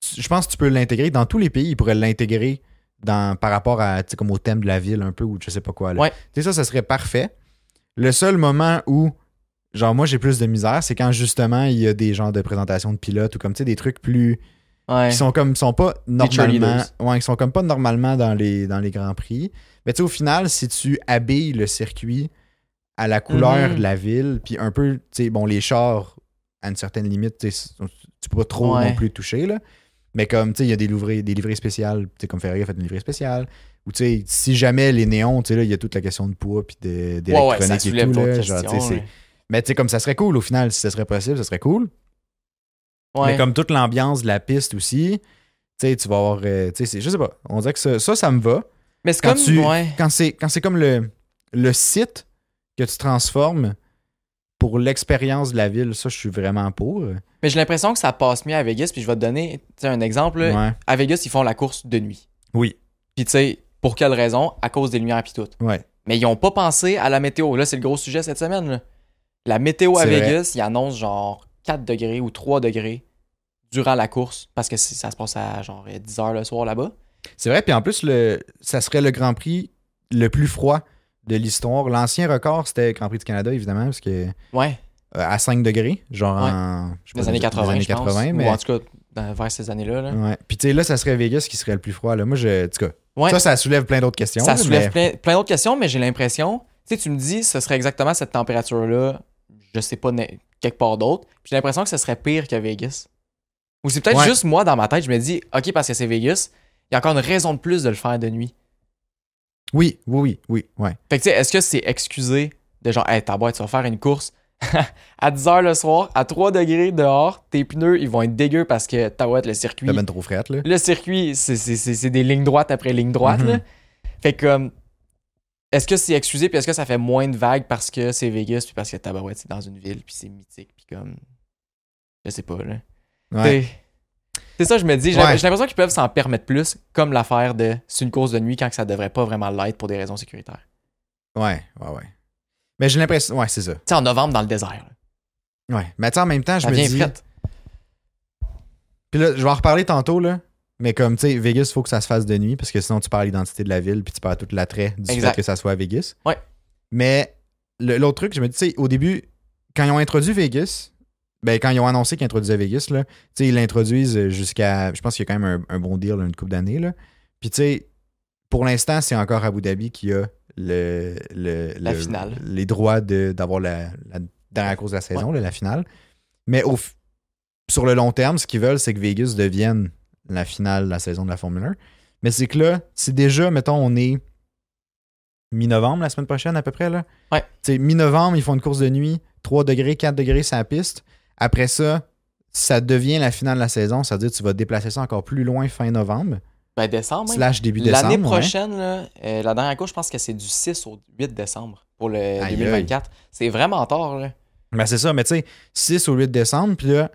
Speaker 2: tu- je pense que tu peux l'intégrer dans tous les pays. Ils pourraient l'intégrer dans, par rapport à, tu sais, comme au thème de la ville un peu ou je sais pas quoi. là.
Speaker 1: Ouais.
Speaker 2: Tu sais, ça, ça serait parfait. Le seul moment où, genre, moi, j'ai plus de misère, c'est quand justement il y a des genres de présentations de pilotes ou comme, tu sais, des trucs plus
Speaker 1: Ouais.
Speaker 2: qui sont comme sont pas normalement
Speaker 1: cheerleaders.
Speaker 2: ouais, qui sont comme pas normalement dans les dans les grands prix mais tu sais au final si tu habilles le circuit à la couleur
Speaker 1: Mhm.
Speaker 2: de la ville puis un peu tu sais bon les chars à une certaine limite tu sais, tu peux pas trop
Speaker 1: Ouais.
Speaker 2: non plus toucher là mais comme tu sais il y a des livrées des livrées spéciales tu sais comme Ferrari a fait une livrée spéciale ou tu sais si jamais les néons tu sais là il y a toute la question de poids puis de-
Speaker 1: ouais, ouais, ça
Speaker 2: d'électronique et
Speaker 1: soulève
Speaker 2: tout
Speaker 1: d'autres
Speaker 2: là, genre, tu sais,
Speaker 1: questions.
Speaker 2: c'est-
Speaker 1: ouais.
Speaker 2: mais tu sais comme ça serait cool au final si ça serait possible ça serait cool mais
Speaker 1: Ouais.
Speaker 2: comme toute l'ambiance de la piste aussi, tu sais, tu vas avoir. euh, tu sais, c'est- je sais pas. On dirait que ça, ça, ça me va.
Speaker 1: Mais c'est
Speaker 2: quand
Speaker 1: comme.
Speaker 2: tu-
Speaker 1: Ouais.
Speaker 2: Quand c'est quand c'est comme le, le site que tu transformes pour l'expérience de la ville, ça, je suis vraiment pour.
Speaker 1: Mais j'ai l'impression que ça passe mieux à Vegas. Puis je vais te donner tu sais, un exemple. là.
Speaker 2: Ouais.
Speaker 1: À Vegas, ils font la course de nuit.
Speaker 2: Oui.
Speaker 1: Puis tu sais, pour quelle raison À cause des lumières puis tout.
Speaker 2: Ouais.
Speaker 1: Mais ils ont pas pensé à la météo. Là, c'est le gros sujet cette semaine. là. La météo à
Speaker 2: C'est vrai.
Speaker 1: Vegas, ils annoncent genre 4 degrés ou 3 degrés durant la course parce que c'est- ça se passe à genre euh, 10 heures le soir là-bas.
Speaker 2: C'est vrai. Puis en plus, le, ça serait le Grand Prix le plus froid de l'histoire. L'ancien record, c'était le Grand Prix du Canada, évidemment, parce que euh,
Speaker 1: Ouais,
Speaker 2: à 5 degrés, genre
Speaker 1: Ouais.
Speaker 2: en. je
Speaker 1: des
Speaker 2: sais pas,
Speaker 1: années
Speaker 2: des- des
Speaker 1: 80,
Speaker 2: années
Speaker 1: je pense.
Speaker 2: 80, mais.
Speaker 1: Ou en tout cas, dans- vers ces années-là. là.
Speaker 2: ouais. Puis tu sais, là, ça serait Vegas qui serait le plus froid. Là. Moi, je. En tout cas,
Speaker 1: Ouais.
Speaker 2: ça, ça soulève plein d'autres questions.
Speaker 1: Ça
Speaker 2: là, mais-
Speaker 1: soulève plein, plein d'autres questions, mais j'ai l'impression, tu sais, tu me dis, ce serait exactement cette température-là, je sais pas, na- quelque part d'autre. Puis J'ai l'impression que ce serait pire que Vegas. Ou c'est peut-être
Speaker 2: Ouais.
Speaker 1: juste moi dans ma tête, je me dis, ok, parce que c'est Vegas, il y a encore une raison de plus de le faire de nuit.
Speaker 2: Oui, oui, oui, oui, ouais.
Speaker 1: Fait que tu sais, est-ce que c'est excusé de genre, hey, ta boîte, tu vas faire une course à 10h le soir, à 3 degrés dehors, tes pneus, ils vont être dégueux parce que ta boîte, le circuit,
Speaker 2: T'as ben trop frette, là.
Speaker 1: le circuit, c'est- c'est c'est- c'est des lignes droites après lignes droites. là.
Speaker 2: Mhm.
Speaker 1: Fait que, comme, est-ce que c'est excusé, puis est-ce que ça fait moins de vagues parce que c'est Vegas, puis parce que Tabarouette, c'est dans une ville, puis c'est mythique, puis comme. Je sais pas, là.
Speaker 2: Ouais.
Speaker 1: T'sais, C'est ça, je me dis. J'ai
Speaker 2: Ouais.
Speaker 1: j'ai l'impression qu'ils peuvent s'en permettre plus, comme l'affaire de c'est une course de nuit quand que ça devrait pas vraiment l'être pour des raisons sécuritaires.
Speaker 2: ouais, ouais, ouais. Mais j'ai l'impression. Ouais, c'est ça.
Speaker 1: Tu sais, en novembre, dans le désert, là.
Speaker 2: Ouais. Mais tu sais, en même temps, je
Speaker 1: ça
Speaker 2: me
Speaker 1: vient
Speaker 2: dis.
Speaker 1: frette.
Speaker 2: Puis là, je vais en reparler tantôt, là. Mais comme, tu sais, Vegas, faut que ça se fasse de nuit parce que sinon, tu perds l'identité de la ville puis tu perds tout l'attrait du
Speaker 1: Exact.
Speaker 2: fait que ça soit à Vegas.
Speaker 1: Ouais.
Speaker 2: Mais le- l'autre truc, je me dis, tu sais, au début, quand ils ont introduit Vegas, ben, quand ils ont annoncé qu'ils introduisaient Vegas, là, tu sais, ils l'introduisent jusqu'à. Je pense qu'il y a quand même un, un bon deal, là, une couple d'années, là. Puis, tu sais, pour l'instant, c'est encore Abu Dhabi qui a le, le-
Speaker 1: La
Speaker 2: le-
Speaker 1: finale.
Speaker 2: les droits de- d'avoir la, la dernière course de la saison, là, la finale. Mais au, f- sur le long terme, ce qu'ils veulent, c'est que Vegas devienne la finale de la saison de la Formule 1. Mais c'est que là, c'est déjà, mettons, on est mi-novembre la semaine prochaine à peu près. Là.
Speaker 1: Ouais.
Speaker 2: Tu sais, mi-novembre, ils font une course de nuit, 3 degrés, 4 degrés sur la piste. Après ça, ça devient la finale de la saison, c'est-à-dire que tu vas déplacer ça encore plus loin fin novembre,
Speaker 1: Ben, décembre, même.
Speaker 2: slash début décembre.
Speaker 1: L'année
Speaker 2: ouais.
Speaker 1: prochaine, là, euh, la dernière course, je pense que c'est du 6 au 8 décembre pour le
Speaker 2: aïe.
Speaker 1: 2024. C'est vraiment tard, là.
Speaker 2: Ben c'est ça, mais tu sais, 6 au 8 décembre, puis là,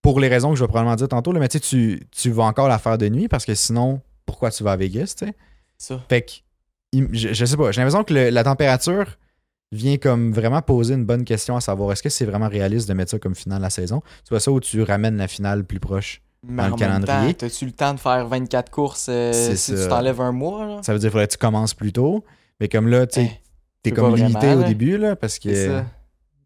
Speaker 2: pour les raisons que je vais probablement dire tantôt, là, mais tu sais, tu- tu vas encore la faire de nuit parce que sinon, pourquoi tu vas à Vegas, tu sais?
Speaker 1: Ça.
Speaker 2: Fait que, im- je, je sais pas, j'ai l'impression que le- la température vient comme vraiment poser une bonne question à savoir est-ce que c'est vraiment réaliste de mettre ça comme finale la saison? Tu vois ça où tu ramènes la finale plus proche.
Speaker 1: Mais
Speaker 2: Dans
Speaker 1: en
Speaker 2: le
Speaker 1: même
Speaker 2: calendrier.
Speaker 1: temps, T'as-tu le temps de faire 24 courses euh,
Speaker 2: C'est
Speaker 1: si
Speaker 2: ça.
Speaker 1: tu t'enlèves un mois? Là?
Speaker 2: Ça veut dire qu'il faudrait que tu commences plus tôt, mais comme là, tu sais,
Speaker 1: Eh,
Speaker 2: t'es
Speaker 1: peux
Speaker 2: comme
Speaker 1: pas
Speaker 2: limité
Speaker 1: vraiment,
Speaker 2: au
Speaker 1: là.
Speaker 2: début, là, parce que.
Speaker 1: c'est ça.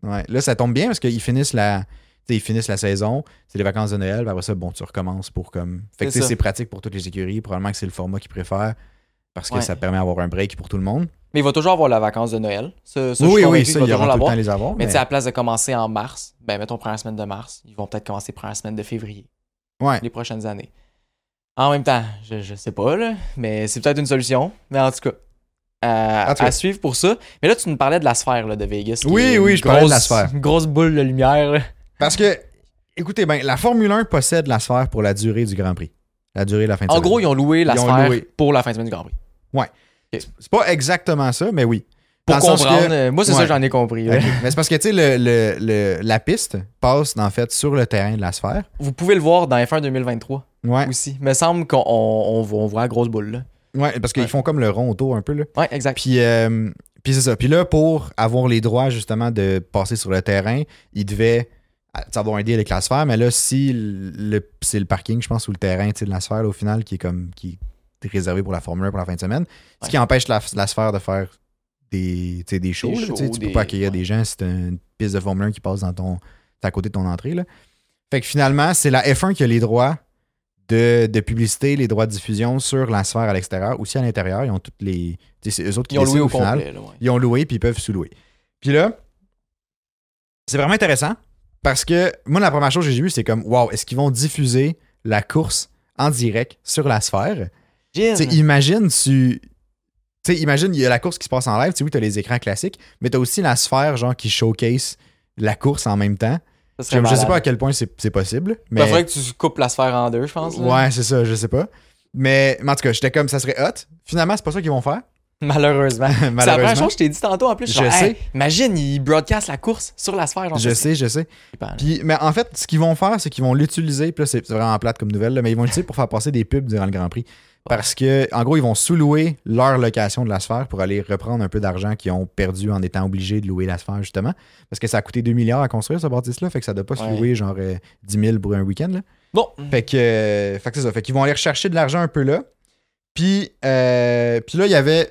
Speaker 2: Ouais. Là, ça tombe bien parce qu'ils finissent la. tu sais, Ils finissent la saison, c'est les vacances de Noël, puis après ça, bon, tu recommences pour comme.
Speaker 1: C'est
Speaker 2: Fait que tu sais,
Speaker 1: ça.
Speaker 2: c'est pratique pour toutes les écuries. Probablement que c'est le format qu'ils préfèrent parce que
Speaker 1: Ouais.
Speaker 2: ça permet d'avoir un break pour tout le monde.
Speaker 1: Mais il va toujours avoir la vacance de Noël. Ça, ça, je suis
Speaker 2: oui, oui,
Speaker 1: convaincu
Speaker 2: ça,
Speaker 1: qu'il
Speaker 2: il y
Speaker 1: va toujours
Speaker 2: aura tout le
Speaker 1: l'avoir.
Speaker 2: temps les avoir.
Speaker 1: Mais tu sais, à la place de commencer en mars, ben mettons première semaine de mars, ils vont peut-être commencer première semaine de février,
Speaker 2: ouais.
Speaker 1: les prochaines années. En même temps, je, je sais pas, là, mais c'est peut-être une solution. Mais en tout cas, euh,
Speaker 2: En tout cas.
Speaker 1: à suivre pour ça. Mais là, tu nous parlais de la sphère là, de Vegas. qui
Speaker 2: Oui,
Speaker 1: est
Speaker 2: oui,
Speaker 1: une
Speaker 2: je parlais de la
Speaker 1: grosse-
Speaker 2: sphère.
Speaker 1: une grosse boule de lumière. là.
Speaker 2: Parce que, écoutez, ben, la Formule 1 possède la sphère pour la durée du Grand Prix. La durée de la fin de
Speaker 1: En
Speaker 2: semaine.
Speaker 1: gros, ils ont loué la
Speaker 2: Ils ont
Speaker 1: sphère
Speaker 2: loué.
Speaker 1: pour la fin de semaine du Grand Prix.
Speaker 2: C'est pas exactement ça, mais oui.
Speaker 1: Pour
Speaker 2: Dans le sens
Speaker 1: comprendre,
Speaker 2: que-
Speaker 1: euh, moi, c'est
Speaker 2: Ouais.
Speaker 1: ça j'en ai compris. là.
Speaker 2: Ok. Mais c'est parce que, tu sais, le- le- le- la piste passe, en fait, sur le terrain de la sphère.
Speaker 1: Vous pouvez le voir dans F1 2023
Speaker 2: Ouais.
Speaker 1: aussi. Me semble qu'on on, on voit la grosse boule. Là.
Speaker 2: Ouais, parce qu'ils
Speaker 1: Ouais.
Speaker 2: font comme le rond autour un peu, là.
Speaker 1: Ouais, exact.
Speaker 2: Puis, euh, Puis c'est ça. Puis là, pour avoir les droits justement de passer sur le terrain, il devait à- tu sais, avoir un deal avec la sphère, mais là, si le, c'est le parking, je pense, ou le terrain tu sais, de la sphère, là, au final, qui est comme qui est réservé pour la Formule 1 pour la fin de semaine, ce
Speaker 1: Ouais.
Speaker 2: qui empêche la, la sphère de faire des, tu sais, des shows. là, tu sais,
Speaker 1: shows,
Speaker 2: tu
Speaker 1: des-
Speaker 2: peux pas accueillir
Speaker 1: ouais.
Speaker 2: des gens si t'as une piste de Formule 1 qui passe dans ton, à côté de ton entrée. Là. Fait que finalement, c'est la F1 qui a les droits de, de publicité, les droits de diffusion sur la sphère à l'extérieur, aussi à l'intérieur. Ils ont toutes les. tu sais, C'est eux autres qui
Speaker 1: Ils ont
Speaker 2: décident
Speaker 1: loué au
Speaker 2: final
Speaker 1: complet. Là, ouais.
Speaker 2: ils ont loué puis ils peuvent sous-louer. Puis là, c'est vraiment intéressant parce que moi, la première chose que j'ai vue, c'est comme, wow, est-ce qu'ils vont diffuser la course en direct sur la sphère?
Speaker 1: Jim,
Speaker 2: Tu sais, imagine, tu. Tu sais, imagine, il y a la course qui se passe en live. Tu sais, oui, t'as les écrans classiques, mais t'as aussi la sphère, genre, qui showcase la course en même temps.
Speaker 1: ça serait
Speaker 2: Comme, je sais
Speaker 1: malade.
Speaker 2: pas à quel point c'est c'est possible.
Speaker 1: Il
Speaker 2: Mais...
Speaker 1: faudrait que tu coupes la sphère en deux, je pense. là.
Speaker 2: Ouais, c'est ça, je sais pas. Mais, mais en tout cas, j'étais comme, ça serait hot. Finalement, c'est pas ça qu'ils vont faire.
Speaker 1: Malheureusement. C'est la première
Speaker 2: Malheureusement.
Speaker 1: chose que je t'ai dit tantôt en plus.
Speaker 2: Je
Speaker 1: genre,
Speaker 2: sais.
Speaker 1: Hey, imagine, ils broadcast la course sur la sphère. genre,
Speaker 2: Je
Speaker 1: ça,
Speaker 2: sais, je sais.
Speaker 1: c'est flippant, là.
Speaker 2: Puis, mais en fait, ce qu'ils vont faire, c'est qu'ils vont l'utiliser. Puis là, c'est c'est vraiment plate comme nouvelle, là, mais ils vont l'utiliser pour faire passer des pubs durant le Grand Prix. Parce que, en gros, ils vont sous-louer leur location de la sphère pour aller reprendre un peu d'argent qu'ils ont perdu en étant obligés de louer la sphère, justement. Parce que ça a coûté 2 milliards à construire ce bâtisse-là. Fait que ça doit pas se
Speaker 1: Ouais.
Speaker 2: louer genre euh, 10 000 pour un week-end. là.
Speaker 1: Bon,
Speaker 2: Fait que, euh, fait que c'est ça. Fait qu'ils vont aller rechercher de l'argent un peu là. Puis, euh, puis là, il y avait,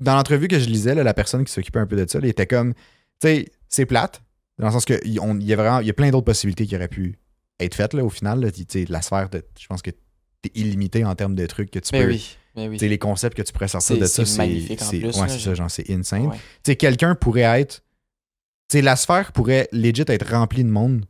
Speaker 2: dans l'entrevue que je lisais, là, la personne qui s'occupait un peu de ça, là, il était comme, tu sais, c'est plate, dans le sens qu'il y a vraiment, il y a plein d'autres possibilités qui auraient pu être faites là, au final. là. Tu sais, la sphère, de, je pense que t'es illimité en termes de trucs que tu
Speaker 1: mais
Speaker 2: peux.
Speaker 1: oui. Mais oui.
Speaker 2: tu sais, les concepts que tu pourrais sortir
Speaker 1: C'est-
Speaker 2: de ça,
Speaker 1: c'est
Speaker 2: c'est
Speaker 1: magnifique en
Speaker 2: c'est-
Speaker 1: plus,
Speaker 2: ouais,
Speaker 1: là,
Speaker 2: c'est
Speaker 1: je-
Speaker 2: ça, genre, c'est insane.
Speaker 1: Ouais.
Speaker 2: Tu sais, quelqu'un pourrait être. Tu sais, la sphère pourrait legit être remplie de monde,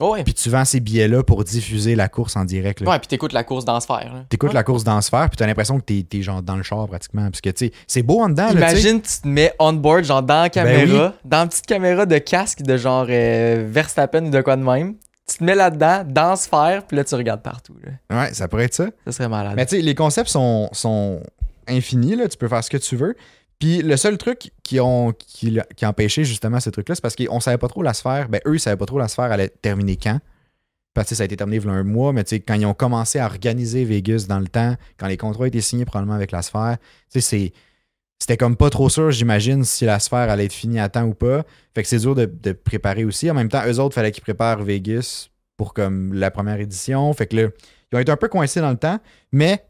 Speaker 1: Ouais.
Speaker 2: puis tu vends ces billets-là pour diffuser la course en direct. là.
Speaker 1: Ouais, puis t'écoutes la course dans la sphère. là.
Speaker 2: T'écoutes
Speaker 1: Ouais.
Speaker 2: la course dans la sphère, puis t'as l'impression que t'es, t'es genre dans le char pratiquement. Parce que, tu sais, c'est beau en dedans, Ah, là, tu sais.
Speaker 1: Imagine, tu te mets on board, genre dans la
Speaker 2: Ben
Speaker 1: caméra, dans une petite caméra de casque de genre euh, Verstappen ou de quoi de même. Tu te mets là-dedans, dans la sphère, puis là, tu regardes partout. là.
Speaker 2: Ouais, ça pourrait être ça.
Speaker 1: Ça serait malade.
Speaker 2: Mais tu sais, les concepts sont, sont infinis, là. Tu peux faire ce que tu veux. Puis le seul truc qui, ont, qui, l'a- qui a empêché justement ce truc-là, c'est parce qu'on savait pas trop la sphère. Ben, eux, ils savaient pas trop la sphère allait terminer quand. Parce que tu sais, ça a été terminé il y a un mois, mais tu sais, quand ils ont commencé à organiser Vegas dans le temps, quand les contrats étaient signés probablement avec la sphère, tu sais, c'est. C'était comme pas trop sûr, j'imagine, si la sphère allait être finie à temps ou pas. Fait que c'est dur de, de préparer aussi. En même temps, eux autres, fallait qu'ils préparent Vegas pour comme la première édition. Fait que là, ils ont été un peu coincés dans le temps, mais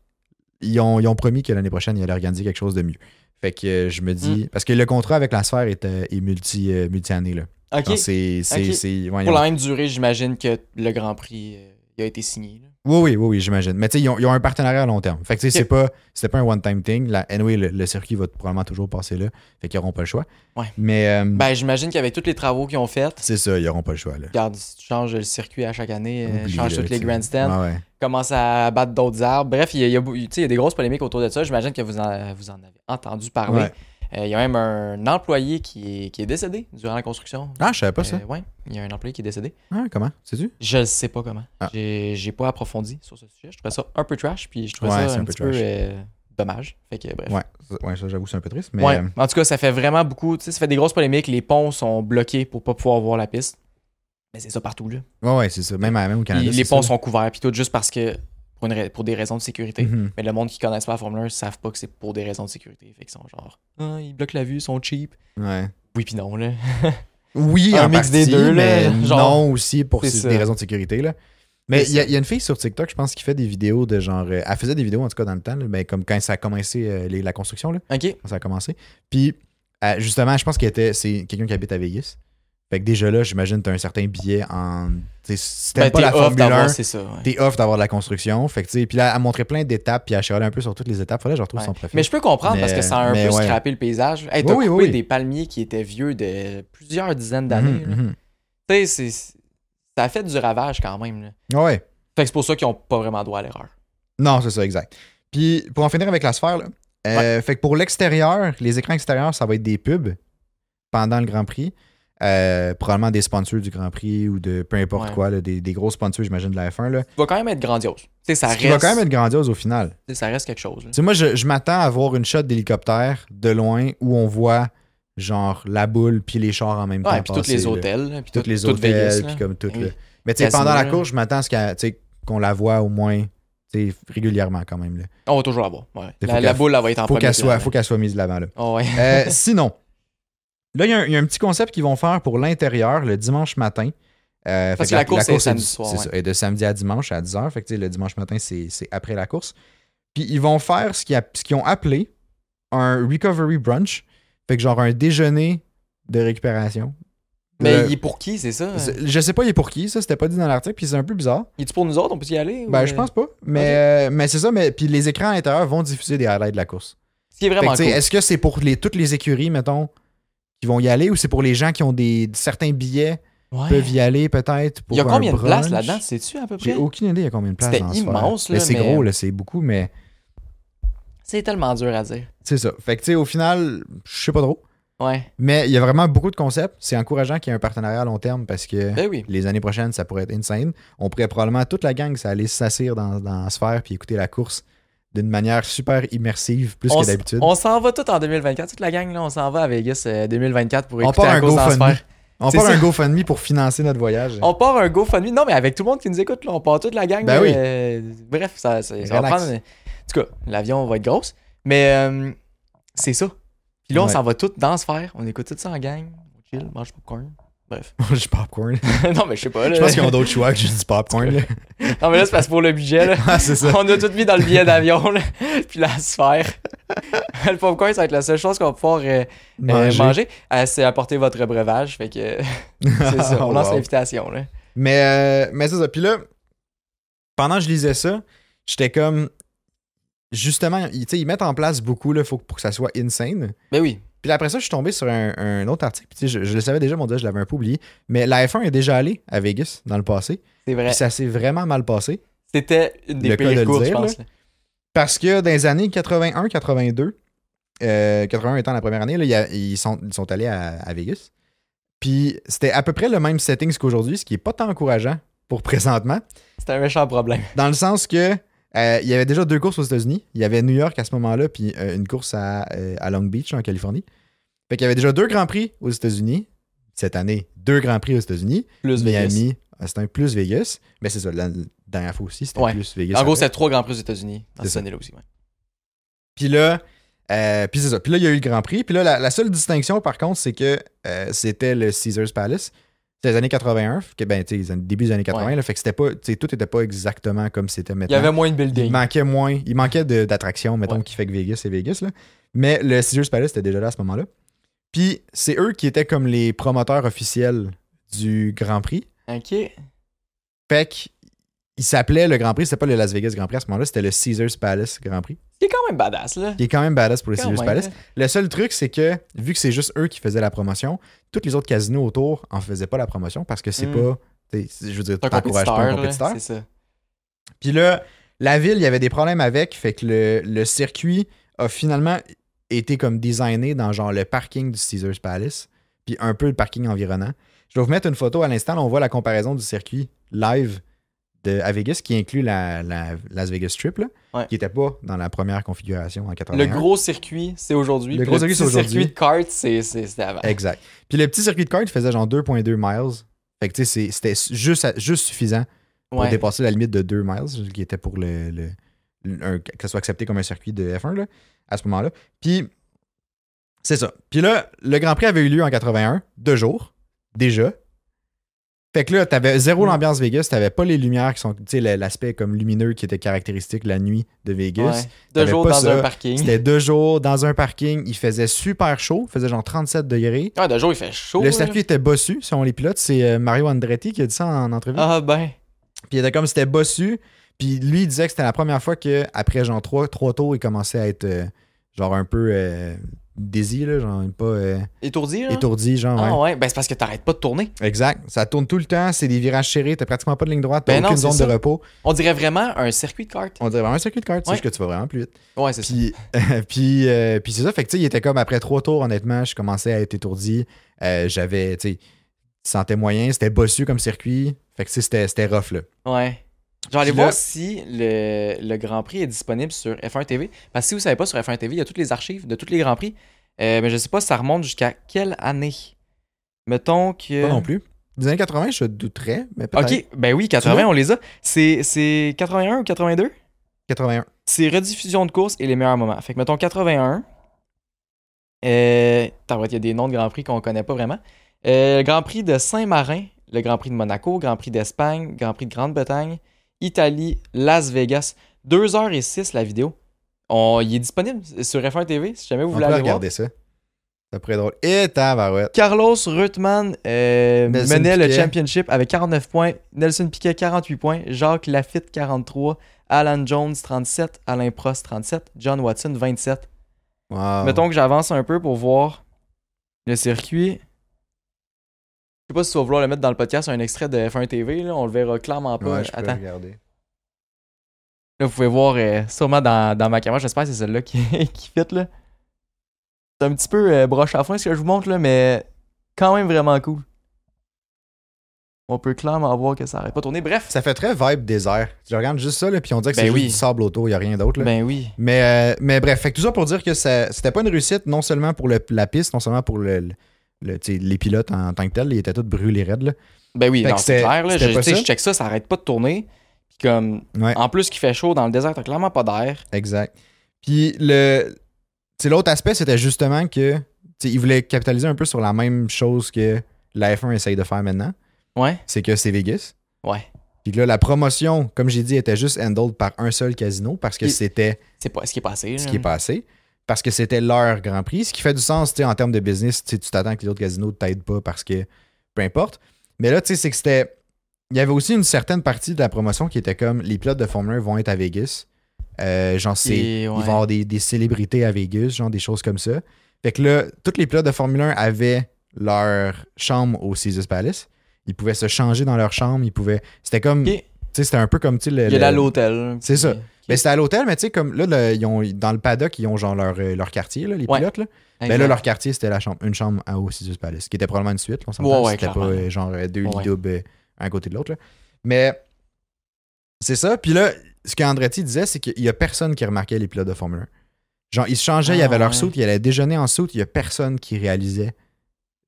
Speaker 2: ils ont, ils ont promis que l'année prochaine, ils allaient organiser quelque chose de mieux. Fait que euh, je me dis.
Speaker 1: Hmm.
Speaker 2: Parce que le contrat avec la sphère est, euh, est multi, euh, multi-année. là.
Speaker 1: ok.
Speaker 2: Genre, c'est- c'est-
Speaker 1: Ok.
Speaker 2: c'est- ouais, ils
Speaker 1: Pour
Speaker 2: ont-
Speaker 1: la même durée, j'imagine que le Grand Prix euh, il a été signé. là.
Speaker 2: Oui, oui, oui, oui, j'imagine. Mais tu sais, ils ont, ils ont un partenariat à long terme. Fait que tu sais,
Speaker 1: Ok.
Speaker 2: c'est pas, c'était pas un one-time thing. La, anyway, le, le circuit va probablement toujours passer là. Fait qu'ils n'auront pas le choix.
Speaker 1: Ouais.
Speaker 2: Mais euh,
Speaker 1: Ben, j'imagine qu'avec tous les travaux qu'ils ont fait,
Speaker 2: c'est ça, ils n'auront pas le choix. Là.
Speaker 1: regarde, si tu changes le circuit à chaque année, euh,
Speaker 2: Oublie,
Speaker 1: change
Speaker 2: là,
Speaker 1: toutes les
Speaker 2: tu sais.
Speaker 1: grandstands,
Speaker 2: Ouais, ouais.
Speaker 1: commence à battre d'autres arbres. Bref, il y a, il y a bou- tu sais, il y a des grosses polémiques autour de ça. J'imagine que vous en, vous en avez entendu parler.
Speaker 2: Ouais.
Speaker 1: Euh, il y a même un employé qui est, qui est décédé durant la construction.
Speaker 2: Ah, je savais pas ça.
Speaker 1: Euh, ouais, il y a un employé qui est décédé.
Speaker 2: Ah, comment Sais-tu
Speaker 1: Je ne sais pas comment.
Speaker 2: Ah.
Speaker 1: J'ai j'ai pas approfondi sur ce sujet. Je trouvais ça un peu trash, puis je trouvais
Speaker 2: Ouais,
Speaker 1: ça
Speaker 2: c'est
Speaker 1: un,
Speaker 2: un peu
Speaker 1: petit peu
Speaker 2: trash.
Speaker 1: euh, dommage. Fait que bref.
Speaker 2: Ouais, ça- ouais, ça, j'avoue, c'est un peu triste. Mais
Speaker 1: euh, Ouais.
Speaker 2: euh,
Speaker 1: En tout cas, ça fait vraiment beaucoup. Tu sais, ça fait des grosses polémiques. Les ponts sont bloqués pour pas pouvoir voir la piste. Mais c'est ça partout, là.
Speaker 2: ouais, ouais, c'est ça. Même, à- même au Canada.
Speaker 1: Puis les
Speaker 2: c'est
Speaker 1: ponts
Speaker 2: ça.
Speaker 1: sont couverts, puis tout juste parce que. Pour, une ra- pour des raisons de sécurité.
Speaker 2: Mhm.
Speaker 1: Mais le monde qui connaissent pas la Formule 1 savent pas que c'est pour des raisons de sécurité. Fait qu'ils sont genre. Ah, ils bloquent la vue, ils sont cheap.
Speaker 2: Ouais.
Speaker 1: Oui, puis non, là.
Speaker 2: Oui,
Speaker 1: Un
Speaker 2: en
Speaker 1: mix des
Speaker 2: partie,
Speaker 1: deux, là,
Speaker 2: mais
Speaker 1: genre.
Speaker 2: non aussi pour
Speaker 1: C'est
Speaker 2: ces-
Speaker 1: ça.
Speaker 2: des raisons de sécurité. Là. Mais
Speaker 1: C'est
Speaker 2: il y, a- il y a une fille sur TikTok, je pense, qui fait des vidéos de genre. euh, Elle faisait des vidéos, en tout cas, dans le temps, là, mais comme quand ça a commencé euh, les- la construction. Là.
Speaker 1: Ok.
Speaker 2: quand ça a commencé. Puis, euh, justement, je pense qu'il était c'est quelqu'un qui habite à Vegas. Fait que déjà là, j'imagine, t'as un certain billet en. tu sais, Si t'aimes
Speaker 1: Ben,
Speaker 2: pas
Speaker 1: t'es
Speaker 2: la
Speaker 1: off
Speaker 2: Formule
Speaker 1: d'avoir,
Speaker 2: 1,
Speaker 1: c'est ça. ouais.
Speaker 2: t'es off d'avoir de la construction. Fait que, tu sais, puis là, elle montrait plein d'étapes, puis elle chialait un peu sur toutes les étapes. Faudrait que je retrouve
Speaker 1: Ouais.
Speaker 2: son profil.
Speaker 1: Mais je peux comprendre parce que
Speaker 2: Mais-
Speaker 1: ça a un
Speaker 2: mais
Speaker 1: peu
Speaker 2: ouais.
Speaker 1: scrappé le paysage. Hey, t'as
Speaker 2: Oui, oui,
Speaker 1: coupé
Speaker 2: oui.
Speaker 1: des palmiers qui étaient vieux de plusieurs dizaines
Speaker 2: Mhm,
Speaker 1: d'années. là.
Speaker 2: mhm.
Speaker 1: Tu sais, c'est- c'est- ça a fait du ravage quand même. là.
Speaker 2: Ouais.
Speaker 1: Fait que c'est pour ça qu'ils ont pas vraiment droit à l'erreur.
Speaker 2: Non, c'est ça, exact. Puis, pour en finir avec la sphère, là, euh, fait que pour l'extérieur, les écrans extérieurs, ça va être des pubs pendant le Grand Prix. Euh, probablement des sponsors du Grand Prix ou de peu importe
Speaker 1: Ouais.
Speaker 2: quoi, là, des, des gros sponsors, j'imagine, de la F1. Là.
Speaker 1: Ça va quand même être grandiose. Tu sais, ça
Speaker 2: Ce
Speaker 1: reste,
Speaker 2: qui va quand même être grandiose au final.
Speaker 1: tu sais, ça reste quelque chose. là.
Speaker 2: Tu sais, moi, je, je m'attends à voir une shot d'hélicoptère de loin où on voit, genre, la boule puis les chars en même temps.
Speaker 1: Ouais, puis tous
Speaker 2: passer,
Speaker 1: les
Speaker 2: là.
Speaker 1: hôtels. là, Puis
Speaker 2: Toutes
Speaker 1: tout-
Speaker 2: les
Speaker 1: toute Vegas,
Speaker 2: hôtels,
Speaker 1: là.
Speaker 2: puis comme tout.
Speaker 1: Ben oui.
Speaker 2: là. Mais tu sais,
Speaker 1: Casino,
Speaker 2: pendant la
Speaker 1: là.
Speaker 2: course, je m'attends à ce qu'elle- tu sais, qu'on la voit au moins tu sais, régulièrement quand même. Là.
Speaker 1: On va toujours l'avoir. Ouais.
Speaker 2: Faut
Speaker 1: La, la
Speaker 2: qu'elle-
Speaker 1: boule, elle va être en
Speaker 2: Faut
Speaker 1: premier
Speaker 2: qu'elle soit,
Speaker 1: plan.
Speaker 2: faut qu'elle soit mise de l'avant. Là.
Speaker 1: Ah ouais.
Speaker 2: Euh, sinon, là, il y a un- il y, a un petit concept qu'ils vont faire pour l'intérieur le dimanche matin. Euh,
Speaker 1: Parce
Speaker 2: fait
Speaker 1: que la course est samedi
Speaker 2: du-
Speaker 1: soir,
Speaker 2: C'est
Speaker 1: ouais.
Speaker 2: ça, et de samedi à dimanche à 10h. Fait que, tu sais, le dimanche matin, c'est c'est après la course. Puis ils vont faire ce qu'ils a- ce qu'ils ont appelé un recovery brunch. Fait que genre un déjeuner de récupération.
Speaker 1: Mais
Speaker 2: Euh,
Speaker 1: il est pour qui, c'est ça?
Speaker 2: c'est- Je sais pas, il est pour qui, ça, c'était pas dit dans l'article, puis c'est un peu bizarre.
Speaker 1: Il est pour nous autres? On peut y aller?
Speaker 2: Ben,
Speaker 1: ou- euh,
Speaker 2: je pense pas. Mais, euh, mais c'est ça, mais puis les écrans à l'intérieur vont diffuser des highlights de la course.
Speaker 1: Ce qui est
Speaker 2: Fait que,
Speaker 1: vraiment
Speaker 2: tu sais,
Speaker 1: cool.
Speaker 2: Est-ce que c'est pour les, toutes les écuries, mettons, qui vont y aller ou c'est pour les gens qui ont des certains billets
Speaker 1: Ouais.
Speaker 2: peuvent y aller peut-être pour
Speaker 1: Il y a
Speaker 2: un
Speaker 1: combien de places
Speaker 2: brunch?
Speaker 1: là-dedans? Sais-tu à peu près?
Speaker 2: J'ai aucune idée, il y a combien de places
Speaker 1: C'était
Speaker 2: dans ce
Speaker 1: immense,
Speaker 2: faire. Mais
Speaker 1: là,
Speaker 2: c'est
Speaker 1: mais-
Speaker 2: gros, là, c'est beaucoup, mais
Speaker 1: C'est tellement dur à dire.
Speaker 2: c'est ça. Fait que, tu sais, au final, je sais pas trop.
Speaker 1: Ouais.
Speaker 2: Mais il y a vraiment beaucoup de concepts. C'est encourageant qu'il y ait un partenariat à long terme parce que
Speaker 1: Ben oui.
Speaker 2: les années prochaines, ça pourrait être insane. On pourrait probablement, toute la gang, ça allait s'assire dans, dans la sphère puis écouter la course d'une manière super immersive, plus
Speaker 1: On
Speaker 2: que
Speaker 1: s-
Speaker 2: d'habitude.
Speaker 1: On s'en va tout en 2024. Toute la gang, là, on s'en va à Vegas euh, 2024 pour
Speaker 2: On
Speaker 1: écouter
Speaker 2: part
Speaker 1: la
Speaker 2: un
Speaker 1: course dans la
Speaker 2: GoFundMe.
Speaker 1: sphère.
Speaker 2: On
Speaker 1: C'est
Speaker 2: parle
Speaker 1: ça.
Speaker 2: un GoFundMe pour financer notre voyage.
Speaker 1: On part un GoFundMe. Non, mais avec tout le monde qui nous écoute, là, on part toute la gang.
Speaker 2: Ben
Speaker 1: là,
Speaker 2: oui.
Speaker 1: euh, bref, ça, ça- ça va
Speaker 2: Relax.
Speaker 1: prendre. En tout cas, l'avion va être grosse. Mais euh, c'est ça. Puis là, on
Speaker 2: Ouais.
Speaker 1: s'en va tout dans se faire. On écoute tout ça en gang. On chill, mange popcorn. Bref.
Speaker 2: mange popcorn.
Speaker 1: non, mais je sais pas. Là.
Speaker 2: Je pense qu'ils ont d'autres choix que juste du popcorn. là.
Speaker 1: Non, mais là, c'est parce que pour le budget. Là,
Speaker 2: Ah, c'est ça.
Speaker 1: on a tout mis dans le billet d'avion. là, Puis la sphère. le popcorn, ça va être la seule chose qu'on va pouvoir euh, euh, manger. Euh, c'est apporter votre breuvage. Fait que c'est ça. On
Speaker 2: Oh,
Speaker 1: lance
Speaker 2: wow.
Speaker 1: l'invitation. là.
Speaker 2: Mais, euh, mais c'est ça. Puis là, pendant que je lisais ça, j'étais comme. Justement, ils, tu sais, ils mettent en place beaucoup là, faut, que- pour que ça soit insane.
Speaker 1: Ben oui.
Speaker 2: Puis là, après ça, je suis tombé sur un, un autre article. Puis tu sais, je, je le savais déjà, mon dieu, je l'avais un peu oublié. Mais la F1 est déjà allée à Vegas dans le passé.
Speaker 1: C'est vrai.
Speaker 2: Puis ça s'est vraiment mal passé.
Speaker 1: C'était une des
Speaker 2: Le cas de
Speaker 1: pires
Speaker 2: le
Speaker 1: courses, je
Speaker 2: dire,
Speaker 1: pense.
Speaker 2: là. Parce que dans les années 81-82, euh, 81 étant la première année, là, il y a- ils, sont, ils sont allés à, à Vegas. Puis c'était à peu près le même setting qu'aujourd'hui, ce qui est pas tant encourageant pour présentement,
Speaker 1: C'était un méchant problème.
Speaker 2: dans le sens que euh, il y avait déjà deux courses aux États-Unis. Il y avait New York à ce moment-là, puis euh, une course à, euh, à Long Beach en Californie. Fait qu'il y avait déjà deux grands prix aux États-Unis cette année, deux grands prix aux États-Unis.
Speaker 1: Plus Vegas.
Speaker 2: Miami, euh, c'était un plus Vegas, mais c'est ça. La la dernière fois aussi, c'était
Speaker 1: Ouais.
Speaker 2: plus Vegas.
Speaker 1: En gros,
Speaker 2: après.
Speaker 1: c'était trois grands prix aux États-Unis dans
Speaker 2: C'est
Speaker 1: cette
Speaker 2: ça.
Speaker 1: année-là aussi. ouais.
Speaker 2: Puis là, euh, puis c'est ça. Puis là, il y a eu le Grand Prix. Puis là, la, la seule distinction, par contre, c'est que euh, c'était le Caesars Palace. C'était les années 81, que, ben, tu sais, les années- début des années 80,
Speaker 1: Ouais.
Speaker 2: là, fait que c'était pas, tu sais, tout n'était pas exactement comme c'était
Speaker 1: Il y
Speaker 2: maintenant.
Speaker 1: avait moins de
Speaker 2: il
Speaker 1: building.
Speaker 2: manquait moins, il manquait de- d'attractions, mettons,
Speaker 1: Ouais.
Speaker 2: qui fait que Vegas et Vegas, là. Mais le Caesars Palace était déjà là à ce moment-là. Puis c'est eux qui étaient comme les promoteurs officiels du Grand Prix.
Speaker 1: Ok.
Speaker 2: Fait que il s'appelait le Grand Prix, c'était pas le Las Vegas Grand Prix à ce moment-là, c'était le Caesars Palace Grand Prix,
Speaker 1: C'est quand même badass, là.
Speaker 2: qui est quand même badass pour le
Speaker 1: Quand
Speaker 2: Caesars
Speaker 1: même,
Speaker 2: Palace.
Speaker 1: là.
Speaker 2: Le seul truc, c'est que vu que c'est juste eux qui faisaient la promotion, tous les autres casinos autour en faisaient pas la promotion parce que c'est
Speaker 1: Mm.
Speaker 2: pas. t'sais, Je veux dire,
Speaker 1: C'est un
Speaker 2: t'encourages pas un
Speaker 1: compétiteur. là,
Speaker 2: compétiteur.
Speaker 1: C'est ça.
Speaker 2: Puis là, la ville, il y avait des problèmes avec, fait que le, le circuit a finalement été comme designé dans genre le parking du Caesars Palace, puis un peu le parking environnant. Je vais vous mettre une photo à l'instant, là, on voit la comparaison du circuit live de, à Vegas qui inclut la, la Las Vegas Strip, là,
Speaker 1: Ouais.
Speaker 2: qui n'était pas dans la première configuration en 81.
Speaker 1: Le gros circuit, c'est aujourd'hui.
Speaker 2: Le
Speaker 1: puis
Speaker 2: gros circuit,
Speaker 1: petit
Speaker 2: c'est aujourd'hui.
Speaker 1: circuit de kart, c'est c'est- c'était avant.
Speaker 2: Exact. Puis le petit circuit de kart faisait genre 2,2 miles. Fait que tu sais, c'est- c'était juste, à- juste suffisant pour
Speaker 1: Ouais.
Speaker 2: dépasser la limite de 2 miles, qui était pour le, le- le- un- que ça soit accepté comme un circuit de F1 là, à ce moment-là. Puis c'est ça. Puis là, le Grand Prix avait eu lieu en 81, deux jours, déjà. Fait que là, t'avais zéro
Speaker 1: Mm.
Speaker 2: l'ambiance Vegas, t'avais pas les lumières qui sont, tu sais, le- l'aspect comme lumineux qui était caractéristique la nuit de Vegas.
Speaker 1: Ouais. Deux
Speaker 2: T'avais
Speaker 1: jours
Speaker 2: pas
Speaker 1: dans
Speaker 2: ça.
Speaker 1: un parking.
Speaker 2: C'était deux jours dans un parking, il faisait super chaud, il faisait genre 37 degrés.
Speaker 1: Ah, deux jours, il fait chaud.
Speaker 2: Le
Speaker 1: là.
Speaker 2: circuit était bossu, selon les pilotes. C'est euh, Mario Andretti qui a dit ça en entrevue.
Speaker 1: Ah, ben.
Speaker 2: Puis il était comme c'était bossu. Puis lui, il disait que c'était la première fois qu'après genre trois, trois tours, il commençait à être euh, genre un peu euh, dizzy, là, genre pas euh,
Speaker 1: Étourdi, là.
Speaker 2: étourdi, genre.
Speaker 1: Ah,
Speaker 2: ouais.
Speaker 1: ouais. Ben, c'est parce que t'arrêtes pas de tourner.
Speaker 2: Exact. Ça tourne tout le temps, c'est des virages serrés, t'as pratiquement pas de ligne droite, t'as
Speaker 1: Ben non,
Speaker 2: aucune
Speaker 1: c'est
Speaker 2: zone
Speaker 1: ça.
Speaker 2: de repos.
Speaker 1: On dirait vraiment un circuit de kart.
Speaker 2: On dirait vraiment un circuit de kart, c'est
Speaker 1: Ouais.
Speaker 2: juste que tu vas vraiment plus vite.
Speaker 1: Ouais, c'est ça.
Speaker 2: Puis, puis, euh, puis c'est ça, fait que tu sais, il était comme après trois tours, honnêtement, je commençais à être étourdi. Euh, J'avais, tu sais, sentais moyen, c'était bossu comme circuit. Fait que tu sais, c'était c'était rough, là.
Speaker 1: Ouais. Je vais aller
Speaker 2: Puis
Speaker 1: voir
Speaker 2: là-
Speaker 1: si le, le Grand Prix est disponible sur F1 TV. Parce que si vous savez pas, sur F1 TV, il y a toutes les archives de tous les Grands Prix. Euh, mais je sais pas si ça remonte jusqu'à quelle année. Mettons que.
Speaker 2: Pas non plus. Euh, Des années 80, je douterais, mais peut-être.
Speaker 1: Ok, ben oui, 80, on les a. C'est c'est 81 ou 82
Speaker 2: 81.
Speaker 1: C'est rediffusion de course et les meilleurs moments. Fait que mettons 81. Euh, tabarouette, il y a des noms de Grand Prix qu'on connaît pas vraiment. Euh, le Grand Prix de Saint-Marin, le Grand Prix de Monaco, Grand Prix d'Espagne, Grand Prix de Grande-Bretagne, Italie, Las Vegas. 2h06 la vidéo. On, il est disponible sur F1 TV si jamais vous
Speaker 2: On
Speaker 1: voulez
Speaker 2: peut
Speaker 1: aller voir.
Speaker 2: regarder ça. Ça pourrait être drôle. Et tabarouette.
Speaker 1: Carlos Reutemann euh,
Speaker 2: Nelson
Speaker 1: menait le
Speaker 2: Piquet.
Speaker 1: championship avec 49 points. Nelson Piquet, 48 points. Jacques Lafitte, 43. Alan Jones, 37. Alain Prost, 37. John Watson, 27.
Speaker 2: Wow.
Speaker 1: Mettons que j'avance un peu pour voir le circuit. Je sais pas si tu vas vouloir le mettre dans le podcast, un extrait de F1 TV. Là. On le verra clairement pas.
Speaker 2: Ouais, je peux
Speaker 1: Attends,
Speaker 2: regarder.
Speaker 1: là, vous pouvez voir euh, sûrement dans, dans ma caméra. J'espère que c'est celle-là qui, qui fit. là. C'est un petit peu euh, broche à foin ce que je vous montre, là, mais quand même vraiment cool. On peut clairement voir que ça arrête pas de tourner. Bref,
Speaker 2: Ça fait très vibe désert. Je regarde juste ça, là, puis on dirait que
Speaker 1: Ben
Speaker 2: c'est
Speaker 1: oui.
Speaker 2: juste du sable auto, il n'y a rien d'autre. là.
Speaker 1: ben oui.
Speaker 2: Mais, euh, mais bref, fait que tout ça pour dire que ça- c'était pas une réussite, non seulement pour le- la piste, non seulement pour le, le- le- tu sais, les pilotes en tant que tels, ils étaient tous brûlés raides. Là.
Speaker 1: Ben oui,
Speaker 2: Fait
Speaker 1: non,
Speaker 2: que
Speaker 1: c'est
Speaker 2: c'était-
Speaker 1: clair. Là, je,
Speaker 2: c'était pas
Speaker 1: tu sais,
Speaker 2: ça?
Speaker 1: je check ça, ça arrête pas de tourner. Puis comme,
Speaker 2: Ouais.
Speaker 1: en plus qu'il fait chaud dans le désert, t'as clairement pas d'air.
Speaker 2: Exact. Puis le tu sais, l'autre aspect, c'était justement que tu sais, ils voulaient capitaliser un peu sur la même chose que la F1 essaye de faire maintenant,
Speaker 1: Ouais,
Speaker 2: c'est que c'est Vegas.
Speaker 1: ouais.
Speaker 2: Puis que là, la promotion, comme j'ai dit, était juste handled par un seul casino parce que
Speaker 1: Il-
Speaker 2: c'était
Speaker 1: C'est pas ce qui est passé.
Speaker 2: ce
Speaker 1: là.
Speaker 2: qui est passé, parce que c'était leur Grand Prix, ce qui fait du sens tu sais, en termes de business. tu sais, Tu t'attends que les autres casinos ne t'aident pas parce que peu importe. Mais là, tu sais, c'est que c'était. Il y avait aussi une certaine partie de la promotion qui était comme les pilotes de Formule 1 vont être à Vegas. Euh, genre, c'est.
Speaker 1: Et ouais.
Speaker 2: Ils vont avoir des, des célébrités à Vegas, genre des choses comme ça. Fait que là, tous les pilotes de Formule 1 avaient leur chambre au Caesars Palace. Ils pouvaient se changer dans leur chambre. Ils pouvaient. C'était comme.
Speaker 1: Ok.
Speaker 2: Tu sais, c'était un peu comme. tu sais, le-
Speaker 1: Il y a
Speaker 2: le-
Speaker 1: là l'hôtel.
Speaker 2: C'est ça.
Speaker 1: puis-
Speaker 2: Mais c'était à l'hôtel, mais tu sais, comme là, le- ils ont, dans le paddock, ils ont genre leur, euh, leur quartier, là, les
Speaker 1: Ouais.
Speaker 2: pilotes. Là. Ben là, leur quartier, c'était la chambre, une chambre à- au Caesars Palace, qui était probablement une suite. là, On s'entend,
Speaker 1: Ouais, ouais,
Speaker 2: c'était pas
Speaker 1: clairement.
Speaker 2: euh, genre euh, deux lits
Speaker 1: Ouais.
Speaker 2: doubles euh, un à côté de l'autre. là. Mais c'est ça. Puis là, ce qu'Andretti disait, c'est qu'il y a personne qui remarquait les pilotes de Formule 1. Genre, ils se changeaient, ils
Speaker 1: Ah,
Speaker 2: avaient leur
Speaker 1: ouais.
Speaker 2: soute, ils allaient déjeuner en soute, il y a personne qui réalisait.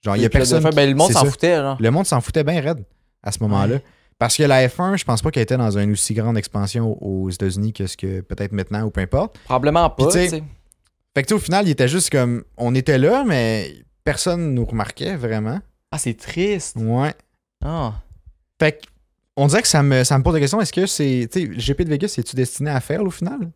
Speaker 2: Genre, il y
Speaker 1: Puis
Speaker 2: a
Speaker 1: là,
Speaker 2: personne.
Speaker 1: de fait, ben, le monde
Speaker 2: c'est
Speaker 1: s'en
Speaker 2: ça.
Speaker 1: foutait, là.
Speaker 2: Le monde s'en foutait bien raide à ce moment-là.
Speaker 1: Ouais.
Speaker 2: Parce que la F1, je pense pas qu'elle était dans une aussi grande expansion aux États-Unis que ce que peut-être maintenant ou peu importe.
Speaker 1: Probablement pas.
Speaker 2: Puis, tu sais,
Speaker 1: tu sais.
Speaker 2: Fait que tu sais, au final, il était juste comme on était là, mais personne nous remarquait vraiment.
Speaker 1: Ah, c'est triste.
Speaker 2: Ouais.
Speaker 1: Ah.
Speaker 2: Fait que, on dirait que ça me, ça me pose la question est-ce que c'est. Tu sais, le GP de Vegas, es-tu destiné à faire au final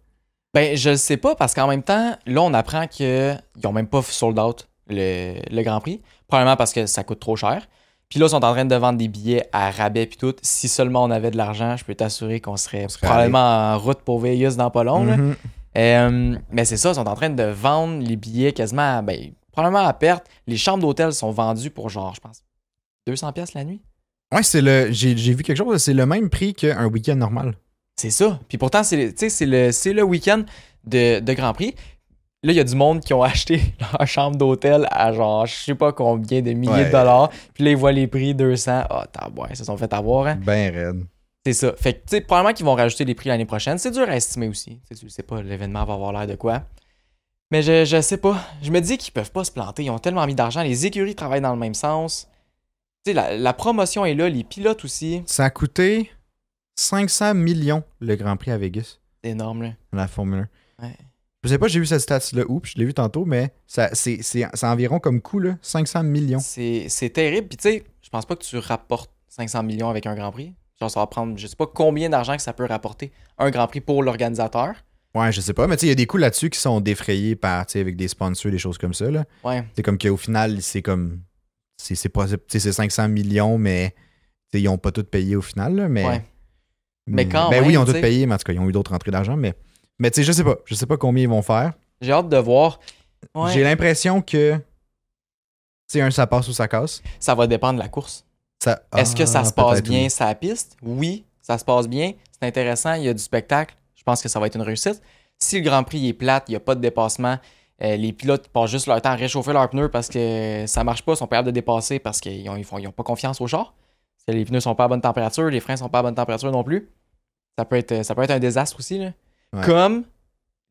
Speaker 1: Ben, je le sais pas parce qu'en même temps, là, on apprend qu'ils ont même pas sold out le, le Grand Prix. Probablement parce que ça coûte trop cher. Puis là, ils sont en train de vendre des billets à rabais puis tout. Si seulement on avait de l'argent, je peux t'assurer qu'on serait,
Speaker 2: serait
Speaker 1: probablement en route pour Vegas dans pas long. là.
Speaker 2: Mhm.
Speaker 1: Euh, mais c'est ça, ils sont en train de vendre les billets quasiment, à- ben, probablement à perte. Les chambres d'hôtel sont vendues pour genre, je pense, 200 pièces la nuit.
Speaker 2: Ouais, c'est le. J'ai j'ai vu quelque chose, c'est le même prix qu'un week-end normal.
Speaker 1: C'est ça. Puis pourtant, c'est le, tu sais, c'est le, c'est le week-end de, de Grand Prix. Là, il y a du monde qui ont acheté leur chambre d'hôtel à genre, je sais pas combien de milliers
Speaker 2: Ouais.
Speaker 1: de dollars. Puis là, ils voient les prix 200. Ah, t'as ils se sont fait avoir. Hein.
Speaker 2: Ben raide.
Speaker 1: C'est ça. Fait que, tu sais, probablement qu'ils vont rajouter les prix l'année prochaine. C'est dur à estimer aussi. Tu sais, tu le sais pas, l'événement va avoir l'air de quoi. Mais je, je sais pas. Je me dis qu'ils peuvent pas se planter. Ils ont tellement mis d'argent. Les écuries travaillent dans le même sens. Tu sais, la, la promotion est là. Les pilotes aussi.
Speaker 2: Ça a coûté 500 millions le Grand Prix à Vegas.
Speaker 1: C'est énorme, là.
Speaker 2: la Formule 1.
Speaker 1: Ouais.
Speaker 2: Je sais pas, j'ai vu cette stat-là où, puis je l'ai vu tantôt, mais ça, c'est, c'est- c'est environ comme coût, là, 500 millions.
Speaker 1: C'est c'est terrible. Puis tu sais, je pense pas que tu rapportes 500 millions avec un Grand Prix. Genre, ça va prendre, je sais pas combien d'argent que ça peut rapporter un Grand Prix pour l'organisateur.
Speaker 2: Ouais, je sais pas, mais tu sais, il y a des coûts là-dessus qui sont défrayés par, tu sais, avec des sponsors, des choses comme ça, là.
Speaker 1: Ouais.
Speaker 2: C'est comme qu'au final, c'est comme. C'est, c'est, pas, tu sais, c'est 500 millions, mais tu sais, ils ont pas tout payé au final, là, mais.
Speaker 1: Ouais. Mais quand
Speaker 2: Ben
Speaker 1: même,
Speaker 2: oui, ils ont
Speaker 1: tu
Speaker 2: tout
Speaker 1: sais.
Speaker 2: payé, mais en tout cas, ils ont eu d'autres entrées d'argent, mais. Mais tu sais, je sais pas. Je sais pas combien ils vont faire.
Speaker 1: J'ai hâte de voir. Ouais.
Speaker 2: J'ai l'impression que. Tu sais, un, ça passe ou ça casse.
Speaker 1: Ça va dépendre de la course.
Speaker 2: Ça,
Speaker 1: Est-ce que ça
Speaker 2: Ah,
Speaker 1: se passe
Speaker 2: peut-être, oui.
Speaker 1: bien sa piste? Oui, ça se passe bien. C'est intéressant, il y a du spectacle. Je pense que ça va être une réussite. Si le Grand Prix est plate, il n'y a pas de dépassement, euh, les pilotes passent juste leur temps à réchauffer leurs pneus parce que ça marche pas, ils sont pas capables de dépasser parce qu'ils n'ont ils font- ils ont pas confiance au char. Parce que les pneus sont pas à bonne température, les freins sont pas à bonne température non plus. Ça peut être, ça peut être un désastre aussi. là.
Speaker 2: Ouais.
Speaker 1: Comme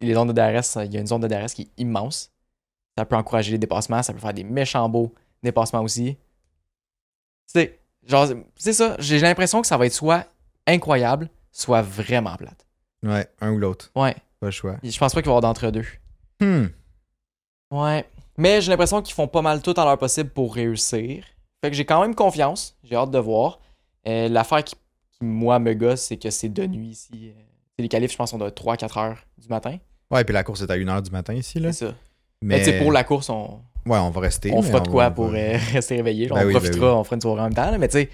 Speaker 1: les zones de DRS, il y a une zone de DRS qui est immense. Ça peut encourager les dépassements, ça peut faire des méchants beaux dépassements aussi. C'est genre, c'est ça, j'ai l'impression que ça va être soit incroyable, soit vraiment plate.
Speaker 2: Ouais, un ou l'autre.
Speaker 1: Ouais.
Speaker 2: Pas le choix.
Speaker 1: Je pense pas qu'il va y avoir d'entre-deux.
Speaker 2: Hmm.
Speaker 1: Ouais. Mais j'ai l'impression qu'ils font pas mal tout en leur possible pour réussir. Fait que j'ai quand même confiance. J'ai hâte de voir. Euh, L'affaire qui, qui, moi, me gosse, c'est que c'est de nuit ici. Euh, Les qualifs, je pense, sont de 3-4 heures du matin.
Speaker 2: Ouais, puis la course est à 1h du matin ici, là.
Speaker 1: C'est ça. Mais
Speaker 2: Mais
Speaker 1: tu sais, pour la course, on,
Speaker 2: Ouais, on va rester.
Speaker 1: on
Speaker 2: mais
Speaker 1: fera de quoi
Speaker 2: va-
Speaker 1: pour euh, rester réveillé. là.
Speaker 2: Ben
Speaker 1: on
Speaker 2: oui, ben
Speaker 1: profitera, on fera une soirée en même temps. là. Mais tu sais,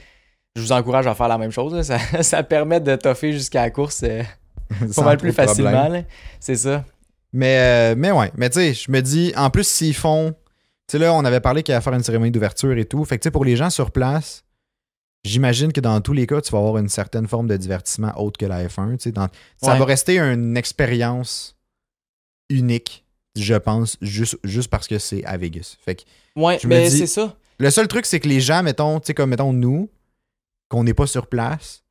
Speaker 1: je vous encourage à faire la même chose. là. Ça, ça permet de toffer jusqu'à la course euh, pas
Speaker 2: sans
Speaker 1: mal
Speaker 2: trop
Speaker 1: plus
Speaker 2: de problèmes.
Speaker 1: facilement. là. C'est ça.
Speaker 2: Mais, euh, mais ouais, mais tu sais, je me dis, en plus, s'ils font. Tu sais, là, on avait parlé qu'il y a faire une cérémonie d'ouverture et tout. Fait que tu sais, pour les gens sur place, j'imagine que dans tous les cas, tu vas avoir une certaine forme de divertissement autre que la F1. tu sais, dans- Ça
Speaker 1: Ouais.
Speaker 2: va rester une expérience unique, je pense, juste, juste parce que c'est à Vegas. Fait que
Speaker 1: Ouais,
Speaker 2: Je me
Speaker 1: mais
Speaker 2: dis-
Speaker 1: c'est ça.
Speaker 2: le seul truc, c'est que les gens, mettons, tu sais, comme mettons nous, qu'on n'est pas sur place,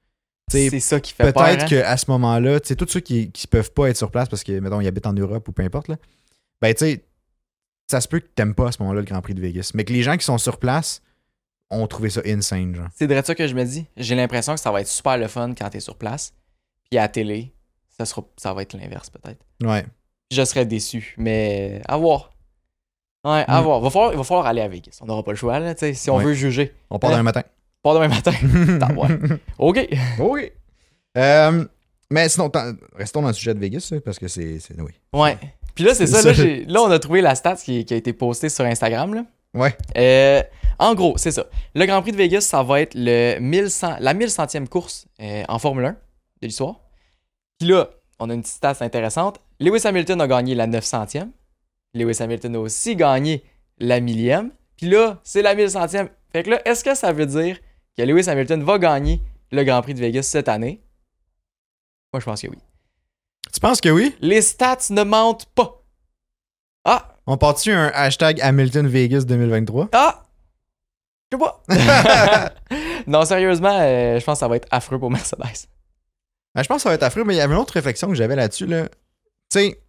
Speaker 2: tu sais,
Speaker 1: C'est ça qui fait peur.
Speaker 2: peut-être
Speaker 1: hein.
Speaker 2: qu'à ce moment-là, tu sais, tous ceux qui ne peuvent pas être sur place parce que, mettons, ils habitent en Europe ou peu importe, là, ben, tu sais, ça se peut que tu n'aimes pas à ce moment-là le Grand Prix de Vegas. Mais que les gens qui sont sur place ont trouvé ça insane, genre.
Speaker 1: C'est de ça que je me dis. J'ai l'impression que ça va être super le fun quand t'es sur place. Puis à la télé, ça, sera, ça va être l'inverse peut-être.
Speaker 2: Ouais.
Speaker 1: Je serais déçu, mais à voir. Ouais, à
Speaker 2: Mm.
Speaker 1: voir. Va falloir, il va falloir aller à Vegas. On n'aura pas le choix, là, tu sais, si on
Speaker 2: Ouais.
Speaker 1: veut juger.
Speaker 2: On part
Speaker 1: Hein?
Speaker 2: demain matin.
Speaker 1: Pas demain matin. Ah, ouais. OK.
Speaker 2: oui. Euh, mais sinon, t'en- restons dans le sujet de Vegas, là, parce que c'est. c'est- Oui.
Speaker 1: Ouais. Puis là, c'est ça.
Speaker 2: Ça,
Speaker 1: Là,
Speaker 2: je-
Speaker 1: j'ai- là, on a trouvé la stat qui, qui a été postée sur Instagram. Là.
Speaker 2: Ouais.
Speaker 1: Euh, en gros, c'est ça. Le Grand Prix de Vegas, ça va être le 1100, la 1100e course euh, en Formule 1 de l'histoire. Puis là, on a une petite stat intéressante. Lewis Hamilton a gagné la 900e. Lewis Hamilton a aussi gagné la 1000e. Puis là, c'est la 1100e. Fait que là, est-ce que ça veut dire que Lewis Hamilton va gagner le Grand Prix de Vegas cette année? Moi, je pense que oui.
Speaker 2: Tu penses que oui?
Speaker 1: Les stats ne mentent pas. Ah,
Speaker 2: On part-tu un hashtag Hamilton Vegas 2023?
Speaker 1: Ah! Je sais pas. non, sérieusement, euh, je pense que ça va être affreux pour Mercedes.
Speaker 2: Ben, je pense que ça va être affreux, mais il y avait une autre réflexion que j'avais là-dessus. Là. Tu sais,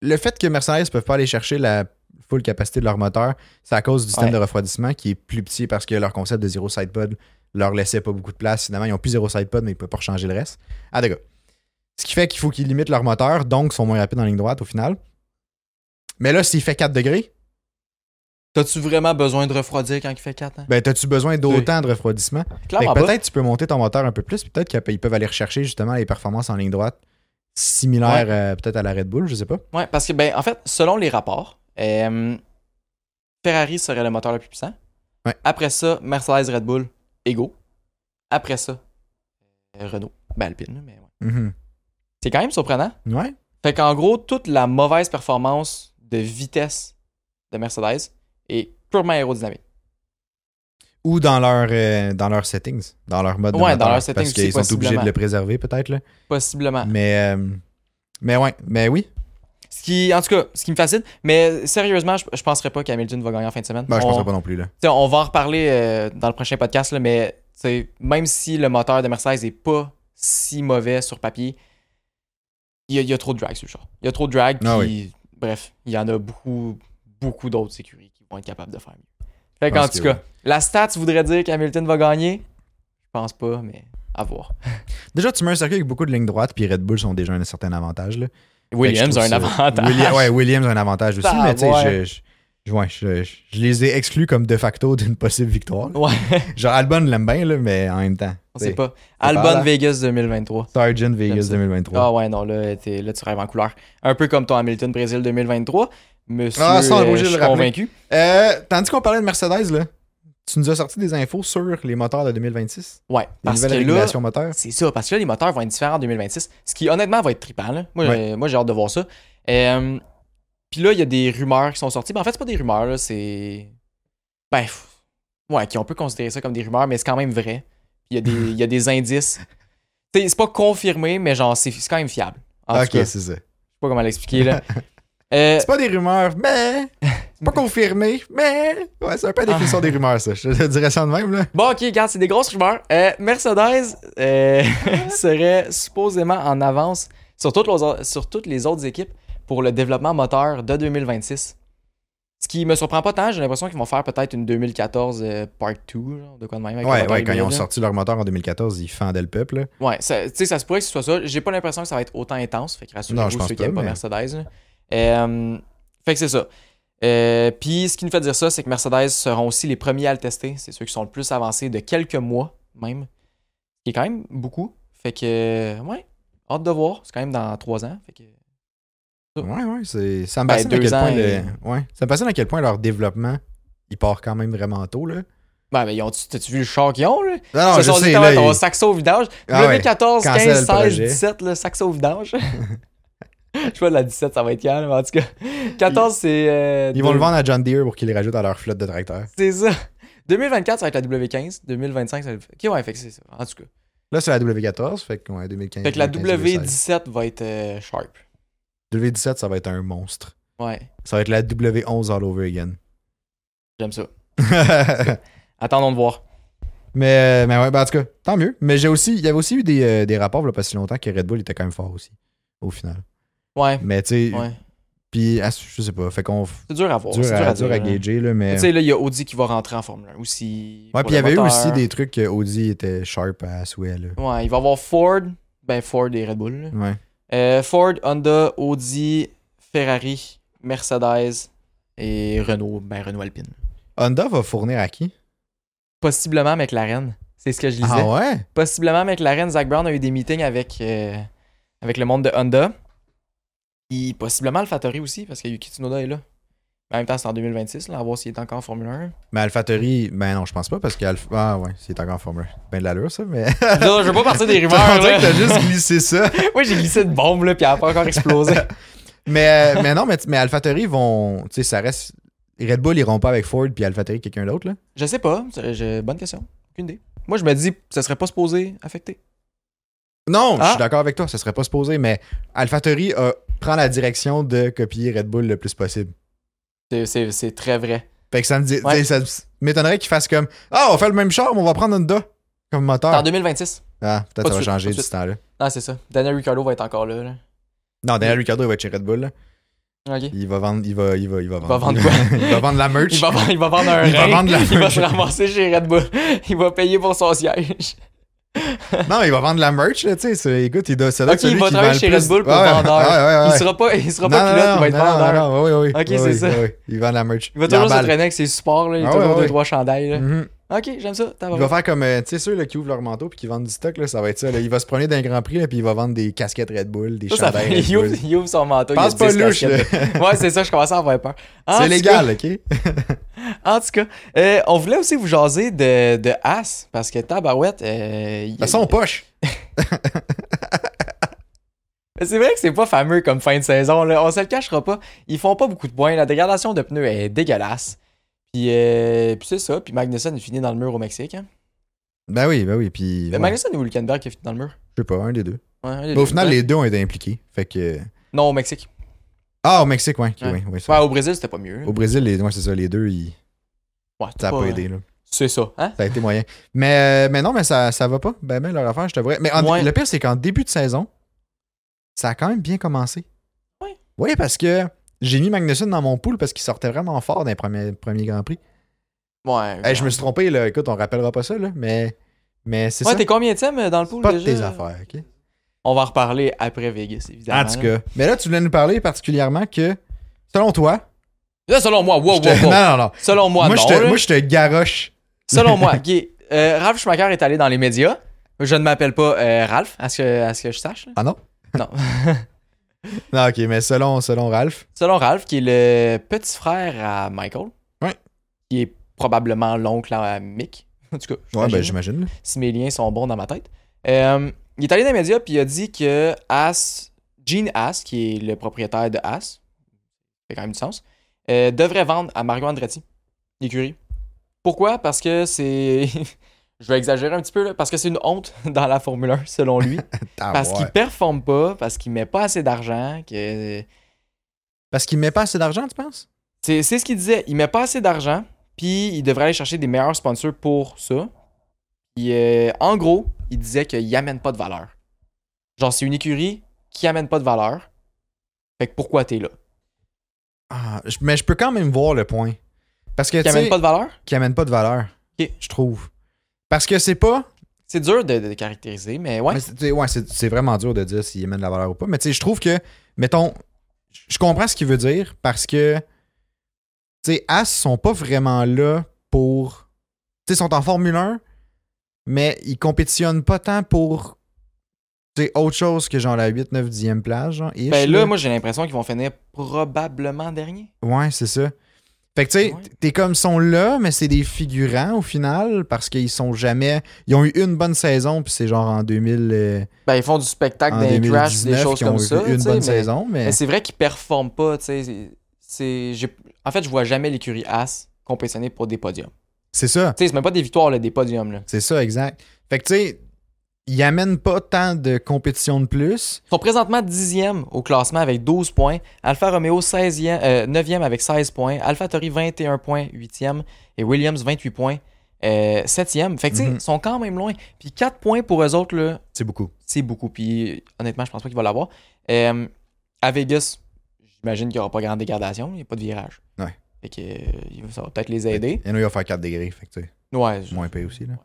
Speaker 2: le fait que Mercedes ne peuvent pas aller chercher la full capacité de leur moteur, c'est à cause du système
Speaker 1: Ouais.
Speaker 2: de refroidissement qui est plus petit parce que leur concept de zéro sidepod leur laissait pas beaucoup de place. Finalement, ils n'ont plus zéro sidepod, mais ils ne peuvent pas changer le reste. Ah, d'accord. Ce qui fait qu'il faut qu'ils limitent leur moteur, donc ils sont moins rapides en ligne droite au final. Mais là, s'il fait 4 degrés,
Speaker 1: T'as-tu vraiment besoin de refroidir quand il fait 4 ans?
Speaker 2: ben, t'as-tu besoin d'autant de refroidissement? Fait que
Speaker 1: Ben, Clairement pas.
Speaker 2: Ben, Peut-être tu peux monter ton moteur un peu plus, puis peut-être qu'ils peuvent aller rechercher justement les performances en ligne droite similaires euh, peut-être à la Red Bull, je sais pas.
Speaker 1: Ouais, parce que, ben, en fait, selon les rapports, euh, Ferrari serait le moteur le plus puissant.
Speaker 2: Ouais.
Speaker 1: Après ça, Mercedes, Red Bull, égaux. Après ça, euh, Renault, ben Alpine, mais ouais.
Speaker 2: Mhm.
Speaker 1: C'est quand même surprenant.
Speaker 2: Ouais.
Speaker 1: Fait qu'en gros, toute la mauvaise performance de vitesse de Mercedes est purement aérodynamique.
Speaker 2: Ou dans leur, euh, dans leurs settings, dans leur mode de
Speaker 1: Ouais,
Speaker 2: moteur,
Speaker 1: dans leurs settings
Speaker 2: parce
Speaker 1: aussi,
Speaker 2: qu'ils sont obligés
Speaker 1: possiblement. Ah.
Speaker 2: de le préserver peut-être là.
Speaker 1: Possiblement.
Speaker 2: Mais euh, mais ouais, mais oui.
Speaker 1: Ce qui, en tout cas, ce qui me fascine. Mais sérieusement, je, je penserais pas qu'Hamilton va gagner en fin de semaine.
Speaker 2: Ben, je
Speaker 1: on,
Speaker 2: penserais pas non plus là.
Speaker 1: tu sais, on va en reparler euh, dans le prochain podcast, là, mais tu sais, même si le moteur de Mercedes est pas si mauvais sur papier, il y, a- il y a trop de drag sur le char. Il y a trop de drag.
Speaker 2: Ah
Speaker 1: puis- Bref, il y en a beaucoup, beaucoup d'autres sécuries qui vont être capables de faire mieux. Fait
Speaker 2: Je
Speaker 1: qu'en
Speaker 2: pense
Speaker 1: tout
Speaker 2: que
Speaker 1: cas, la stat voudrait dire qu'Hamilton va gagner. Je pense pas, mais à voir.
Speaker 2: Déjà tu mets un circuit avec beaucoup de lignes droites, puis Red Bull sont déjà un certain avantage là.
Speaker 1: Williams a un
Speaker 2: Fait que je trouve ça-
Speaker 1: avantage.
Speaker 2: William- ouais, Williams a un avantage aussi,
Speaker 1: Ah,
Speaker 2: mais tu sais
Speaker 1: ouais.
Speaker 2: je- je- ouais, je- je- je les ai exclus comme de facto d'une possible victoire.
Speaker 1: Ouais,
Speaker 2: Genre Albon l'aime bien là, mais en même temps.
Speaker 1: Oh. on
Speaker 2: tu
Speaker 1: sait
Speaker 2: sais.
Speaker 1: pas.
Speaker 2: pas
Speaker 1: Albon
Speaker 2: là.
Speaker 1: Vegas 2023.
Speaker 2: Sergeant Vegas
Speaker 1: ça.
Speaker 2: 2023.
Speaker 1: Ah ouais, non, là, t'es- là, tu rêves en couleur. Un peu comme ton Hamilton Brésil 2023. Monsieur,
Speaker 2: Ah, ça, on est
Speaker 1: euh,
Speaker 2: obligé
Speaker 1: je
Speaker 2: de le
Speaker 1: suis
Speaker 2: rappeler.
Speaker 1: convaincu.
Speaker 2: Euh, tandis qu'on parlait de Mercedes, là, tu nous as sorti des infos sur les moteurs de 2026.
Speaker 1: Ouais,
Speaker 2: Les
Speaker 1: parce que
Speaker 2: nouvelles
Speaker 1: là,
Speaker 2: régulations moteurs.
Speaker 1: c'est ça, parce que là, les moteurs vont être différents en 2026, ce qui honnêtement va être trippant. là. Moi,
Speaker 2: Ouais.
Speaker 1: j'ai- moi, j'ai hâte de voir ça. Euh, Puis là, il y a des rumeurs qui sont sorties. Ben, en fait, c'est pas des rumeurs, là, c'est. Ben, pff, ouais, qui on peut considérer ça comme des rumeurs, mais c'est quand même vrai. Puis il y a des- il y, a des indices. T'sais, C'est pas confirmé, mais genre, c'est c'est quand même fiable. En
Speaker 2: Ok,
Speaker 1: tout cas, euh,
Speaker 2: c'est
Speaker 1: je sais
Speaker 2: ça.
Speaker 1: pas comment l'expliquer, là. Euh,
Speaker 2: C'est pas des rumeurs, mais. C'est pas confirmé, mais. Ouais, c'est un peu la définition des rumeurs, ça. Je te dirais ça de même, là.
Speaker 1: Bon, ok, regarde, c'est des grosses rumeurs. Euh, Mercedes euh, serait supposément en avance sur toutes, les, sur toutes les autres équipes pour le développement moteur de 2026. Ce qui me surprend pas tant, j'ai l'impression qu'ils vont faire peut-être une 2014 euh, Part 2, genre, de quoi de même. avec un
Speaker 2: Ouais,
Speaker 1: moteur
Speaker 2: ouais, quand ils ont
Speaker 1: hybride, là.
Speaker 2: sorti leur moteur en 2014, ils fendaient le peuple. là.
Speaker 1: Ouais, ça- tu sais, ça se pourrait que ce soit ça. J'ai pas l'impression que ça va être autant intense. Fait que
Speaker 2: Non,
Speaker 1: rassurez-vous
Speaker 2: je
Speaker 1: ceux
Speaker 2: pense
Speaker 1: qui
Speaker 2: pas,
Speaker 1: aiment pas
Speaker 2: mais-
Speaker 1: Mercedes. là. Euh, fait que c'est ça. Euh, Puis ce qui nous fait dire ça, c'est que Mercedes seront aussi les premiers à le tester. C'est ceux qui sont le plus avancés de quelques mois même. Ce qui est quand même beaucoup. Fait que, euh, ouais, hâte de voir. C'est quand même dans trois ans. Fait que,
Speaker 2: Ouais, ouais, c'est... ça me
Speaker 1: Ben,
Speaker 2: passionne à
Speaker 1: deux
Speaker 2: quel
Speaker 1: ans
Speaker 2: point
Speaker 1: et-
Speaker 2: le- ouais, ça me passionne à quel point leur développement, il part quand même vraiment tôt. Là.
Speaker 1: ben, mais ils ont, t'as-tu vu le char qu'ils ont, là?
Speaker 2: Non, non,
Speaker 1: Ils se
Speaker 2: Ah, je
Speaker 1: sont
Speaker 2: sais,
Speaker 1: littéralement,
Speaker 2: là,
Speaker 1: ton
Speaker 2: ils-
Speaker 1: saxo au vidange.
Speaker 2: Ah ouais.
Speaker 1: 2014,
Speaker 2: Cancel
Speaker 1: 15,
Speaker 2: le
Speaker 1: 16,
Speaker 2: projet.
Speaker 1: 17, le saxo au vidange. Je vois la 17, ça va être calme, en tout cas. 14, c'est. euh,
Speaker 2: ils vont
Speaker 1: deux-
Speaker 2: le vendre à John Deere pour qu'ils le rajoutent à leur flotte de tracteurs.
Speaker 1: C'est ça. 2024, ça va être la W15. 2025, ça va être. Ok, ouais, fait que c'est ça. En tout cas.
Speaker 2: Là, c'est la W14, fait que ouais, 2015.
Speaker 1: Fait que la
Speaker 2: 2015, 2016.
Speaker 1: W17 va être euh, sharp.
Speaker 2: W17, ça va être un monstre.
Speaker 1: Ouais,
Speaker 2: Ça va être la W11 all over again.
Speaker 1: j'aime ça. Attendons de voir.
Speaker 2: mais, mais ouais, ben, en tout cas, tant mieux. Mais j'ai aussi, il y avait aussi eu des, euh, des rapports, là, pas si longtemps, que Red Bull était quand même fort aussi, au final.
Speaker 1: Ouais,
Speaker 2: Mais tu sais,
Speaker 1: ouais.
Speaker 2: puis ah, je sais pas, fait qu'on. f-
Speaker 1: C'est dur à voir.
Speaker 2: Dur
Speaker 1: c'est
Speaker 2: à, dur à
Speaker 1: dire, hein.
Speaker 2: gager, là, mais.
Speaker 1: Tu sais, là, il y a Audi qui va rentrer en Formule 1 aussi.
Speaker 2: Ouais,
Speaker 1: pour
Speaker 2: puis il y
Speaker 1: le
Speaker 2: avait eu
Speaker 1: moteur.
Speaker 2: aussi des trucs que Audi était sharp à souhait, là.
Speaker 1: Ouais, il va y avoir Ford. Ben, Ford et Red Bull. là.
Speaker 2: Ouais.
Speaker 1: Euh, Ford, Honda, Audi, Ferrari, Mercedes et Renault. Ben, Renault Alpine.
Speaker 2: Honda va fournir à qui
Speaker 1: Possiblement McLaren. C'est ce que je lisais.
Speaker 2: Ah ouais
Speaker 1: possiblement McLaren, Zach Brown a eu des meetings avec, euh, avec le monde de Honda. Et possiblement le Fattori aussi, parce que Yuki Tsunoda est là. Mais en même temps, c'est en 2026, là, à voir s'il est encore en Formule 1.
Speaker 2: Mais AlphaTauri, ben non, je pense pas parce qu'Alpha. Ah ouais, c'est encore en Formule 1. Ben de l'allure, ça, mais.
Speaker 1: Là, je veux pas partir des rumeurs.
Speaker 2: On dirait
Speaker 1: là.
Speaker 2: que t'as juste glissé ça.
Speaker 1: Moi, j'ai glissé de bombe, là, puis elle a pas encore explosé.
Speaker 2: Mais, euh, mais non, mais, mais AlphaTauri vont. Tu sais, ça reste. Red Bull iront pas avec Ford puis AlphaTauri quelqu'un d'autre, là.
Speaker 1: je sais pas. c'est- j'ai- Bonne question. Aucune idée. Moi, je me dis, ça serait pas supposé affecter.
Speaker 2: Non, je
Speaker 1: Ah.
Speaker 2: suis d'accord avec toi, ça serait pas supposé, mais AlphaTauri euh, prend la direction de copier Red Bull le plus possible.
Speaker 1: C'est- C'est c'est très vrai.
Speaker 2: Fait que ça me dit.
Speaker 1: Ouais.
Speaker 2: tu sais, Ça m'étonnerait qu'ils fassent comme. Ah, on fait le même char, mais on va prendre Honda comme
Speaker 1: C'est en
Speaker 2: moteur.
Speaker 1: 2026.
Speaker 2: Ah,
Speaker 1: Pas de
Speaker 2: peut-être ça va
Speaker 1: suite, pas
Speaker 2: changer
Speaker 1: de
Speaker 2: d'ici
Speaker 1: suite.
Speaker 2: ce temps-là.
Speaker 1: Non, Ah, c'est ça. Daniel Ricciardo va être encore là. là.
Speaker 2: Non, Daniel Ricciardo, il va être chez Red Bull. là.
Speaker 1: Ok.
Speaker 2: Il va vendre. Il va, il va, il va vendre.
Speaker 1: va vendre quoi?
Speaker 2: il va vendre la merch.
Speaker 1: Il va, il va vendre un
Speaker 2: Il va
Speaker 1: rein.
Speaker 2: vendre la
Speaker 1: il va
Speaker 2: merch.
Speaker 1: se ramasser chez Red Bull. Il va payer pour son siège.
Speaker 2: Non, il va vendre la merch, là, tu sais. c'est- Écoute, il doit, ça doit
Speaker 1: Ok,
Speaker 2: être celui
Speaker 1: il va
Speaker 2: qui
Speaker 1: travailler
Speaker 2: vend le
Speaker 1: chez
Speaker 2: plus-
Speaker 1: Red Bull pour
Speaker 2: Ouais,
Speaker 1: vendeur.
Speaker 2: ouais, ouais, ouais.
Speaker 1: Il sera pas, il sera
Speaker 2: Non,
Speaker 1: pas
Speaker 2: non,
Speaker 1: pilote, il va être
Speaker 2: non, non,
Speaker 1: vendeur.
Speaker 2: non, oui, oui, oui.
Speaker 1: Ok,
Speaker 2: Oui,
Speaker 1: c'est
Speaker 2: oui,
Speaker 1: ça.
Speaker 2: oui, oui. Il vend de la merch.
Speaker 1: Il va toujours se Ah,
Speaker 2: emballe.
Speaker 1: traîner avec ses supports, là. il a
Speaker 2: Ah
Speaker 1: toujours
Speaker 2: ouais,
Speaker 1: deux,
Speaker 2: ouais.
Speaker 1: trois chandails. là.
Speaker 2: Mhm.
Speaker 1: Ok, j'aime ça. t'as
Speaker 2: Il
Speaker 1: pas-
Speaker 2: va faire comme, euh, tu sais, ceux là, qui ouvrent leur manteau puis qui vendent du stock, là, ça va être ça. Là. Il va se promener d'un Grand Prix, là, puis il va vendre des casquettes Red Bull, des
Speaker 1: Ça, ça
Speaker 2: chandails
Speaker 1: fait-
Speaker 2: Red
Speaker 1: il, ouvre,
Speaker 2: Bull.
Speaker 1: il ouvre son manteau. il y a
Speaker 2: Pense pas
Speaker 1: 10
Speaker 2: louche, là.
Speaker 1: casquettes. Ah, Ouais, c'est ça, je commençais à avoir peur. En
Speaker 2: C'est
Speaker 1: tout
Speaker 2: légal, OK?
Speaker 1: cas- En tout cas, euh, on voulait aussi vous jaser de, de As, parce que Tabarouette. euh, il-
Speaker 2: Ça sent aux poches.
Speaker 1: C'est vrai que c'est pas fameux comme fin de saison, là. on se le cachera pas. Ils font pas beaucoup de points, la dégradation de pneus est dégueulasse. Puis, euh, puis c'est ça, puis Magnussen il finit dans le mur au Mexique. Hein.
Speaker 2: Ben oui, ben oui, puis... ouais,
Speaker 1: Magnussen ou Hülkenberg qui a fini dans le mur
Speaker 2: Je sais pas, un des deux.
Speaker 1: Ouais, un des
Speaker 2: Mais au
Speaker 1: deux.
Speaker 2: final,
Speaker 1: Ouais.
Speaker 2: les deux ont été impliqués. Fait que...
Speaker 1: Non, au Mexique.
Speaker 2: Ah, au Mexique, ouais. ok,
Speaker 1: Ouais.
Speaker 2: ouais, ouais, ça.
Speaker 1: Ouais, au Brésil, c'était pas mieux. là.
Speaker 2: Au Brésil, les, ouais, c'est ça, les deux, ils-
Speaker 1: Ouais,
Speaker 2: ça a pas,
Speaker 1: pas-
Speaker 2: aidé. Là.
Speaker 1: C'est ça, hein?
Speaker 2: Ça a été moyen. Mais, euh, mais non, mais ça, ça va pas. Ben, ben, leur affaire, je te vois. Mais en-
Speaker 1: Ouais.
Speaker 2: le pire, c'est qu'en début de saison, ça a quand même bien commencé.
Speaker 1: Ouais.
Speaker 2: Oui, parce que j'ai mis Magnussen dans mon pool parce qu'il sortait vraiment fort dans les premiers, premiers Grands Prix.
Speaker 1: Ouais.
Speaker 2: Hey, Eh, je me suis trompé, là. Écoute, on rappellera pas ça, là. Mais, mais c'est
Speaker 1: Ouais,
Speaker 2: ça.
Speaker 1: t'es combien de dans le pool
Speaker 2: Pas de
Speaker 1: déjà?
Speaker 2: tes affaires, OK?
Speaker 1: On va en reparler après Vegas, évidemment.
Speaker 2: En tout
Speaker 1: là.
Speaker 2: cas. Mais là, tu voulais nous parler particulièrement que, selon toi.
Speaker 1: Là, selon moi, wow,
Speaker 2: je
Speaker 1: Oh, wow,
Speaker 2: te-
Speaker 1: wow.
Speaker 2: Non, non, non.
Speaker 1: Selon moi,
Speaker 2: moi,
Speaker 1: non,
Speaker 2: je te,
Speaker 1: là.
Speaker 2: moi, je te garoche.
Speaker 1: Selon moi, Guy, euh, Ralph Schumacher est allé dans les médias. Je ne m'appelle pas euh, Ralph, à ce, que, à ce que je sache. là.
Speaker 2: Ah non?
Speaker 1: Non.
Speaker 2: Non, OK, mais selon, selon Ralph.
Speaker 1: Selon Ralph, qui est le petit frère à Michael.
Speaker 2: Ouais.
Speaker 1: Qui est probablement l'oncle à Mick. En tout cas,
Speaker 2: Ouais, ben
Speaker 1: j'imagine.
Speaker 2: j'imagine. là.
Speaker 1: si mes liens sont bons dans ma tête. Euh, il est allé dans les médias puis il a dit que As, Gene As, qui est le propriétaire de As, ça fait quand même du sens, euh, devrait vendre à Mario Andretti l'écurie. Pourquoi? Parce que c'est. Je vais exagérer un petit peu, là, parce que c'est une honte dans la Formule 1, selon lui.
Speaker 2: Ah,
Speaker 1: parce
Speaker 2: ouais.
Speaker 1: qu'il performe pas, parce qu'il met pas assez d'argent, que
Speaker 2: Parce qu'il met pas assez d'argent, tu penses?
Speaker 1: C'est c'est ce qu'il disait. Il met pas assez d'argent, puis il devrait aller chercher des meilleurs sponsors pour ça. Puis, euh, en gros, il disait qu'il amène pas de valeur. Genre, c'est une écurie qui amène pas de valeur. Fait que pourquoi t'es là?
Speaker 2: Ah, je- mais je peux quand même voir le point. Parce que,
Speaker 1: Qui
Speaker 2: tu sais,
Speaker 1: amène pas de valeur.
Speaker 2: qui amène pas de valeur,
Speaker 1: Ok.
Speaker 2: je trouve. Parce que c'est pas.
Speaker 1: C'est dur de, de caractériser, mais ouais.
Speaker 2: Mais c'est- tu sais, ouais, c'est c'est vraiment dur de dire s'il amène de la valeur ou pas. Mais tu sais, je trouve que, mettons, je- je comprends ce qu'il veut dire parce que, tu sais, As sont pas vraiment là pour. Tu sais, ils sont en Formule 1, mais ils compétitionnent pas tant pour. Tu sais, autre chose que genre la 8, 9, 10e place, genre. ish,
Speaker 1: ben là,
Speaker 2: là.
Speaker 1: moi, j'ai l'impression qu'ils vont finir probablement dernier.
Speaker 2: Ouais, c'est ça. Fait que tu sais,
Speaker 1: Ouais.
Speaker 2: t'es comme sont là, mais c'est des figurants au final parce qu'ils sont jamais. Ils ont eu une bonne saison, puis c'est genre en 2000. euh,
Speaker 1: Ben, ils font du spectacle,
Speaker 2: en
Speaker 1: des crashs, des
Speaker 2: 2019
Speaker 1: choses
Speaker 2: qui ont
Speaker 1: comme
Speaker 2: eu
Speaker 1: ça. tu
Speaker 2: une
Speaker 1: sais,
Speaker 2: bonne
Speaker 1: mais-
Speaker 2: saison, mais,
Speaker 1: Mais c'est vrai qu'ils performent pas, tu sais. c'est- c'est- j'ai- En fait, je vois jamais l'écurie As compétitionner pour des podiums.
Speaker 2: c'est ça,
Speaker 1: Tu sais, c'est même pas des victoires, là, des podiums, là.
Speaker 2: c'est ça, exact. Fait que tu sais, ils amènent pas tant de compétition de plus.
Speaker 1: Ils sont présentement 10e au classement avec 12 points. Alfa Romeo 16e, euh, 9e avec 16 points. Alfa Tori 21 points, 8e. Et Williams 28 points, euh, 7e. Fait que tu sais,
Speaker 2: Mhm.
Speaker 1: ils sont quand même loin. Puis 4 points pour eux autres, là,
Speaker 2: C'est beaucoup.
Speaker 1: c'est beaucoup. Puis euh, honnêtement, je pense pas qu'il va l'avoir. Euh, à Vegas, j'imagine qu'il n'y aura pas grande dégradation. Il n'y a pas de virage.
Speaker 2: Ouais.
Speaker 1: Fait que euh, ça va peut-être les aider.
Speaker 2: Et nous, ils vont faire 4 degrés, fait que tu sais,
Speaker 1: Ouais. je-
Speaker 2: moins payé aussi, là.
Speaker 1: Ouais.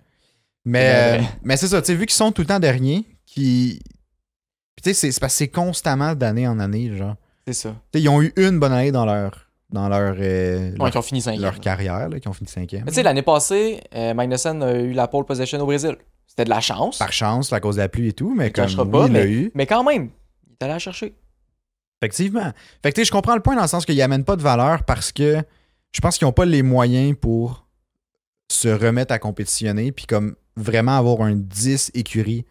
Speaker 2: Mais,
Speaker 1: Ouais.
Speaker 2: euh, mais c'est ça, tu sais, vu qu'ils sont tout le temps derniers, qui. Puis tu sais, c'est- c'est parce que c'est constamment d'année en année, genre.
Speaker 1: C'est ça.
Speaker 2: Tu sais, ils ont eu une bonne année dans leur. Dans leur, euh,
Speaker 1: Ouais,
Speaker 2: leur,
Speaker 1: qui ont fini 5
Speaker 2: leur carrière, là, qui ont fini cinquième.
Speaker 1: Mais tu sais, l'année passée, euh, Magnussen a eu la pole possession au Brésil. C'était de la chance.
Speaker 2: Par chance, à cause de la pluie et tout, mais
Speaker 1: Il
Speaker 2: comme
Speaker 1: cachera
Speaker 2: oui,
Speaker 1: pas,
Speaker 2: il l'a eu.
Speaker 1: Mais quand même, il est allé la chercher.
Speaker 2: Effectivement. Fait que tu sais, je comprends le point dans le sens qu'ils n'amènent pas de valeur parce que je pense qu'ils n'ont pas les moyens pour se remettre à compétitionner puis comme vraiment avoir un 10 écuries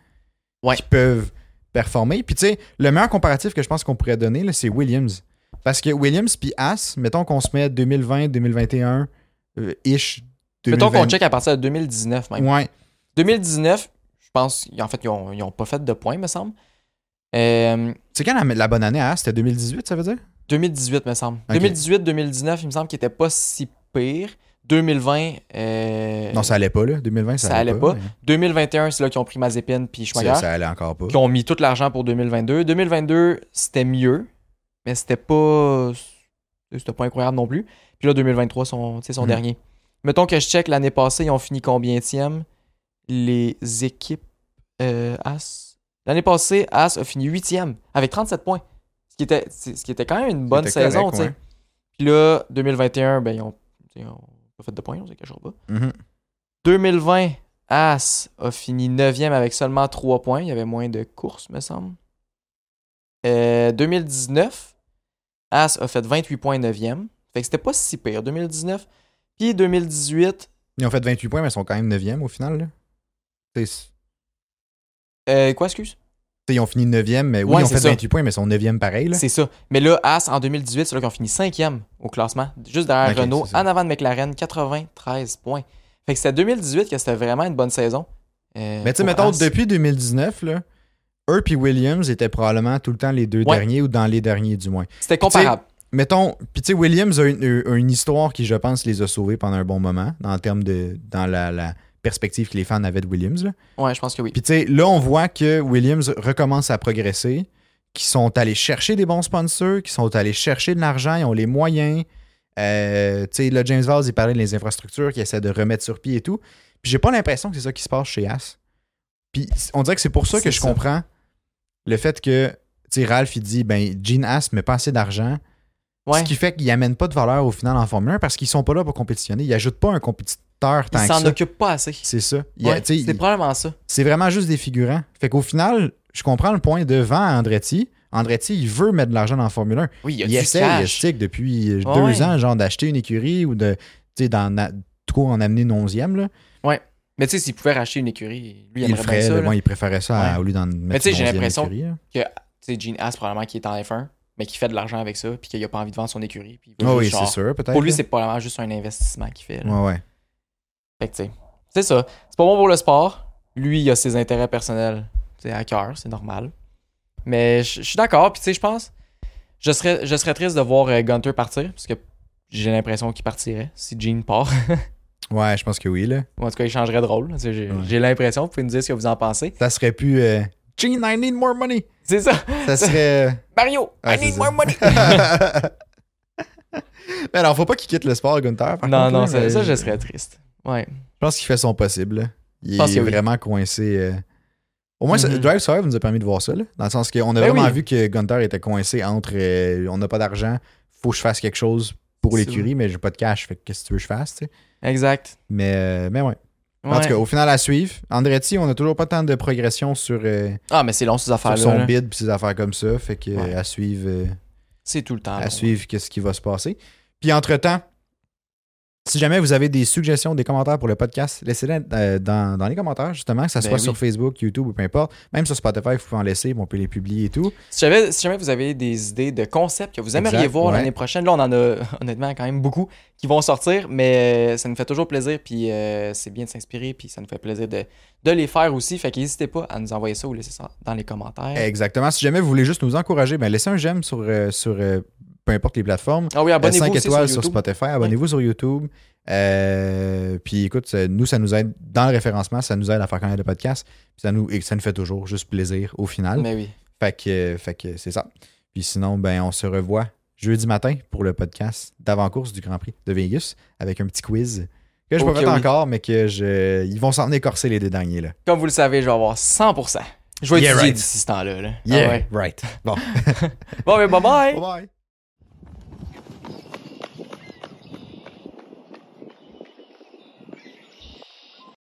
Speaker 1: Ouais.
Speaker 2: qui peuvent performer. Puis tu sais, le meilleur comparatif que je pense qu'on pourrait donner, là, c'est Williams. Parce que Williams puis As, mettons qu'on se met 2020, 2021, euh, ish.
Speaker 1: Mettons qu'on
Speaker 2: 2020.
Speaker 1: check à partir de 2019 même.
Speaker 2: Ouais,
Speaker 1: 2019, je pense, en fait, ils ont, ils ont pas fait de points, me semble. Euh,
Speaker 2: c'est quand la, la bonne année à As, c'était 2018, ça veut dire?
Speaker 1: 2018, me semble.
Speaker 2: Ok.
Speaker 1: 2018-2019, il me semble qu'il était pas si pire. 2020, euh,
Speaker 2: non, ça allait pas, là. 2020, ça,
Speaker 1: ça allait pas.
Speaker 2: mais-
Speaker 1: 2021, c'est là qu'ils ont pris Mazepin puis
Speaker 2: Ça,
Speaker 1: Schumacher,
Speaker 2: ça allait encore pas.
Speaker 1: qui ont mis tout l'argent pour 2022. 2022, c'était mieux, mais c'était pas c'était pas incroyable non plus. Puis là 2023, son c'est son
Speaker 2: Hmm.
Speaker 1: dernier. Mettons que je check l'année passée, ils ont fini combien les équipes euh, As. L'année passée, As a fini 8e avec 37 points. Ce qui était, c'est- ce qui était quand même une bonne
Speaker 2: C'était correct,
Speaker 1: saison. tu sais.
Speaker 2: ouais.
Speaker 1: Puis là, 2021, ben, ils ont, ils ont pas fait de points, on se les cachera pas.
Speaker 2: Mhm.
Speaker 1: 2020, As a fini 9e avec seulement 3 points. Il y avait moins de courses, me semble. Euh, 2019, As a fait 28 points 9e. Fait que c'était pas si pire, 2019. Puis 2018,
Speaker 2: Ils ont fait 28 points, mais ils sont quand même 9e au final. Là. C'est- c'est-
Speaker 1: euh, quoi, excuse?
Speaker 2: Ils ont fini 9e, mais oui,
Speaker 1: Ouais,
Speaker 2: ils ont
Speaker 1: c'est
Speaker 2: fait
Speaker 1: ça.
Speaker 2: 28 points, mais ils sont 9e pareil. Là.
Speaker 1: C'est ça. Mais là, As, en 2018, c'est là qu'ils ont fini 5e au classement, juste derrière
Speaker 2: Ok,
Speaker 1: Renault,
Speaker 2: c'est ça.
Speaker 1: en avant de McLaren, 93 points. Fait que c'était 2018 que c'était vraiment une bonne saison. euh,
Speaker 2: Mais tu sais,
Speaker 1: pour
Speaker 2: mettons,
Speaker 1: Haas.
Speaker 2: depuis 2019, là, eux puis Williams étaient probablement tout le temps les deux
Speaker 1: Ouais.
Speaker 2: derniers ou dans les derniers du moins.
Speaker 1: C'était comparable.
Speaker 2: Mettons, puis tu sais, Williams a une, a une histoire qui, je pense, les a sauvés pendant un bon moment, en termes de. dans la, la perspective que les fans avaient de Williams. Là.
Speaker 1: Ouais, je pense que oui.
Speaker 2: Puis tu sais, là, on voit que Williams recommence à progresser, qu'ils sont allés chercher des bons sponsors, qu'ils sont allés chercher de l'argent, ils ont les moyens. Euh, tu sais, là, James Valls, il parlait des infrastructures qu'il essaie de remettre sur pied et tout. Puis j'ai pas l'impression que c'est ça qui se passe chez As. Puis on dirait que c'est pour ça
Speaker 1: C'est
Speaker 2: que je
Speaker 1: ça.
Speaker 2: comprends le fait que, tu sais, Ralph, il dit, ben, Gene As met pas assez d'argent.
Speaker 1: Ouais.
Speaker 2: Ce qui fait qu'il amène pas de valeur au final en Formule 1 parce qu'ils sont pas là pour compétitionner. Ils ajoutent pas un compétiteur tant
Speaker 1: Ils
Speaker 2: que
Speaker 1: s'en
Speaker 2: ça.
Speaker 1: occupent pas assez.
Speaker 2: C'est ça. Il y a-
Speaker 1: Ouais,
Speaker 2: tu sais,
Speaker 1: c'est
Speaker 2: il-
Speaker 1: probablement ça.
Speaker 2: c'est vraiment juste des figurants. Fait qu'au final, je comprends le point devant Andretti. Andretti, il veut mettre de l'argent dans la Formule 1.
Speaker 1: Oui, il y a
Speaker 2: Il,
Speaker 1: du
Speaker 2: essaie, il
Speaker 1: cash.
Speaker 2: stick depuis euh,
Speaker 1: Ah
Speaker 2: deux
Speaker 1: ouais.
Speaker 2: ans, genre d'acheter une écurie ou de, tu sais, d'en a- de quoi en amener une onzième. Là.
Speaker 1: Mais tu sais, s'il pouvait racheter une écurie, lui, il,
Speaker 2: Il le
Speaker 1: aimerait bien
Speaker 2: ferait,
Speaker 1: ça.
Speaker 2: là.
Speaker 1: là.
Speaker 2: Bon, il préférait ça à-
Speaker 1: Ouais.
Speaker 2: au lieu d'en mettre
Speaker 1: tu sais,
Speaker 2: une
Speaker 1: j'ai
Speaker 2: onzième
Speaker 1: l'impression-
Speaker 2: écurie, là.
Speaker 1: Tu sais, Gene Haas, probablement, qui est en F1, mais qui fait de l'argent avec ça, puis qu'il a pas envie de vendre son écurie. puis il veut
Speaker 2: Ah oui,
Speaker 1: juste,
Speaker 2: c'est
Speaker 1: genre-
Speaker 2: sûr, peut-être.
Speaker 1: Pour lui,
Speaker 2: là.
Speaker 1: c'est probablement juste un investissement qu'il fait. là.
Speaker 2: Ouais, ouais.
Speaker 1: Fait que, tu sais, c'est ça. C'est pas bon pour le sport. Lui, il a ses intérêts personnels tu sais, à cœur, c'est normal. Mais je je suis d'accord. Puis, tu sais, je pense, je serais, je serais triste de voir euh, Gunter partir, parce que j'ai l'impression qu'il partirait si Gene part.
Speaker 2: Ouais, je pense que oui. Là.
Speaker 1: Ou en tout cas, il changerait de rôle. Tu sais, J'ai
Speaker 2: Ouais.
Speaker 1: j'ai l'impression. Vous pouvez nous dire ce que vous en pensez.
Speaker 2: Ça serait plus. euh, Gene, I need more money.
Speaker 1: C'est ça.
Speaker 2: Ça serait.
Speaker 1: Mario,
Speaker 2: Ouais,
Speaker 1: I
Speaker 2: c'est
Speaker 1: need
Speaker 2: ça.
Speaker 1: more money.
Speaker 2: Mais alors, faut pas qu'il quitte le sport, Gunther. par
Speaker 1: Non,
Speaker 2: contre,
Speaker 1: non,
Speaker 2: là, euh,
Speaker 1: ça,
Speaker 2: mais
Speaker 1: ça, je
Speaker 2: je-
Speaker 1: serais triste. Ouais.
Speaker 2: Je pense qu'il fait son possible. là. Il
Speaker 1: Je pense
Speaker 2: est
Speaker 1: que oui.
Speaker 2: vraiment coincé. euh. Au moins, ça-
Speaker 1: Mhm.
Speaker 2: Drive Survive nous a permis de voir ça. là. Dans le sens qu'on a
Speaker 1: Ben
Speaker 2: vraiment
Speaker 1: oui.
Speaker 2: vu que Gunther était coincé entre euh, on n'a pas d'argent, faut que je fasse quelque chose pour
Speaker 1: C'est
Speaker 2: l'écurie, mais j'ai pas de cash, fait que qu'est-ce que tu veux que je fasse, tu sais.
Speaker 1: Exact.
Speaker 2: Mais, euh, mais ouais.
Speaker 1: Ouais.
Speaker 2: En tout cas, au final, à suivre. Andretti, on a toujours pas tant de progression sur, euh,
Speaker 1: ah, mais c'est long, ces
Speaker 2: sur
Speaker 1: affaires-là.
Speaker 2: son
Speaker 1: là.
Speaker 2: bid et ses affaires comme ça. Fait que euh,
Speaker 1: Ouais.
Speaker 2: à suivre, euh,
Speaker 1: C'est tout le temps.
Speaker 2: à
Speaker 1: long.
Speaker 2: suivre qu'est-ce qui va se passer. Puis entre-temps, si jamais vous avez des suggestions, des commentaires pour le podcast, laissez-les euh, dans, dans les commentaires, justement, que ce
Speaker 1: Ben
Speaker 2: soit
Speaker 1: oui.
Speaker 2: sur Facebook, YouTube ou peu importe. Même sur Spotify, vous pouvez en laisser, puis on peut les publier et tout.
Speaker 1: Si jamais, si jamais vous avez des idées de concepts que vous aimeriez
Speaker 2: Exact,
Speaker 1: voir
Speaker 2: ouais.
Speaker 1: l'année prochaine, là, on en a honnêtement quand même beaucoup qui vont sortir, mais euh, ça nous fait toujours plaisir, puis euh, c'est bien de s'inspirer, puis ça nous fait plaisir de, de les faire aussi. Fait qu'hésitez pas à nous envoyer ça ou laisser ça dans les commentaires.
Speaker 2: Exactement. Si jamais vous voulez juste nous encourager, ben laissez un j'aime sur, euh, sur euh, peu importe les plateformes.
Speaker 1: Ah oui, abonnez-vous
Speaker 2: 5
Speaker 1: aussi
Speaker 2: étoiles sur,
Speaker 1: sur YouTube.
Speaker 2: Spotify, abonnez-vous sur YouTube. Euh, puis écoute, ça- nous, ça nous aide dans le référencement, ça nous aide à faire connaître le podcast. Puis ça nous, et ça nous fait toujours juste plaisir au final.
Speaker 1: mais oui.
Speaker 2: Fait que, euh, fait que c'est ça. Puis sinon, ben, on se revoit jeudi matin pour le podcast d'avant-course du Grand Prix de Vegas avec un petit quiz que je peux
Speaker 1: Ok,
Speaker 2: pas faire
Speaker 1: oui.
Speaker 2: encore, mais que je, ils vont s'en écorcer les deux derniers. Là.
Speaker 1: Comme vous le savez, je vais avoir 100%. Je vais
Speaker 2: Yeah,
Speaker 1: étudier
Speaker 2: right.
Speaker 1: d'ici ce temps-là. là. Ah
Speaker 2: Yeah,
Speaker 1: ouais.
Speaker 2: right. Bon,
Speaker 1: Bon, ben, mais bye bye!
Speaker 2: bye bye.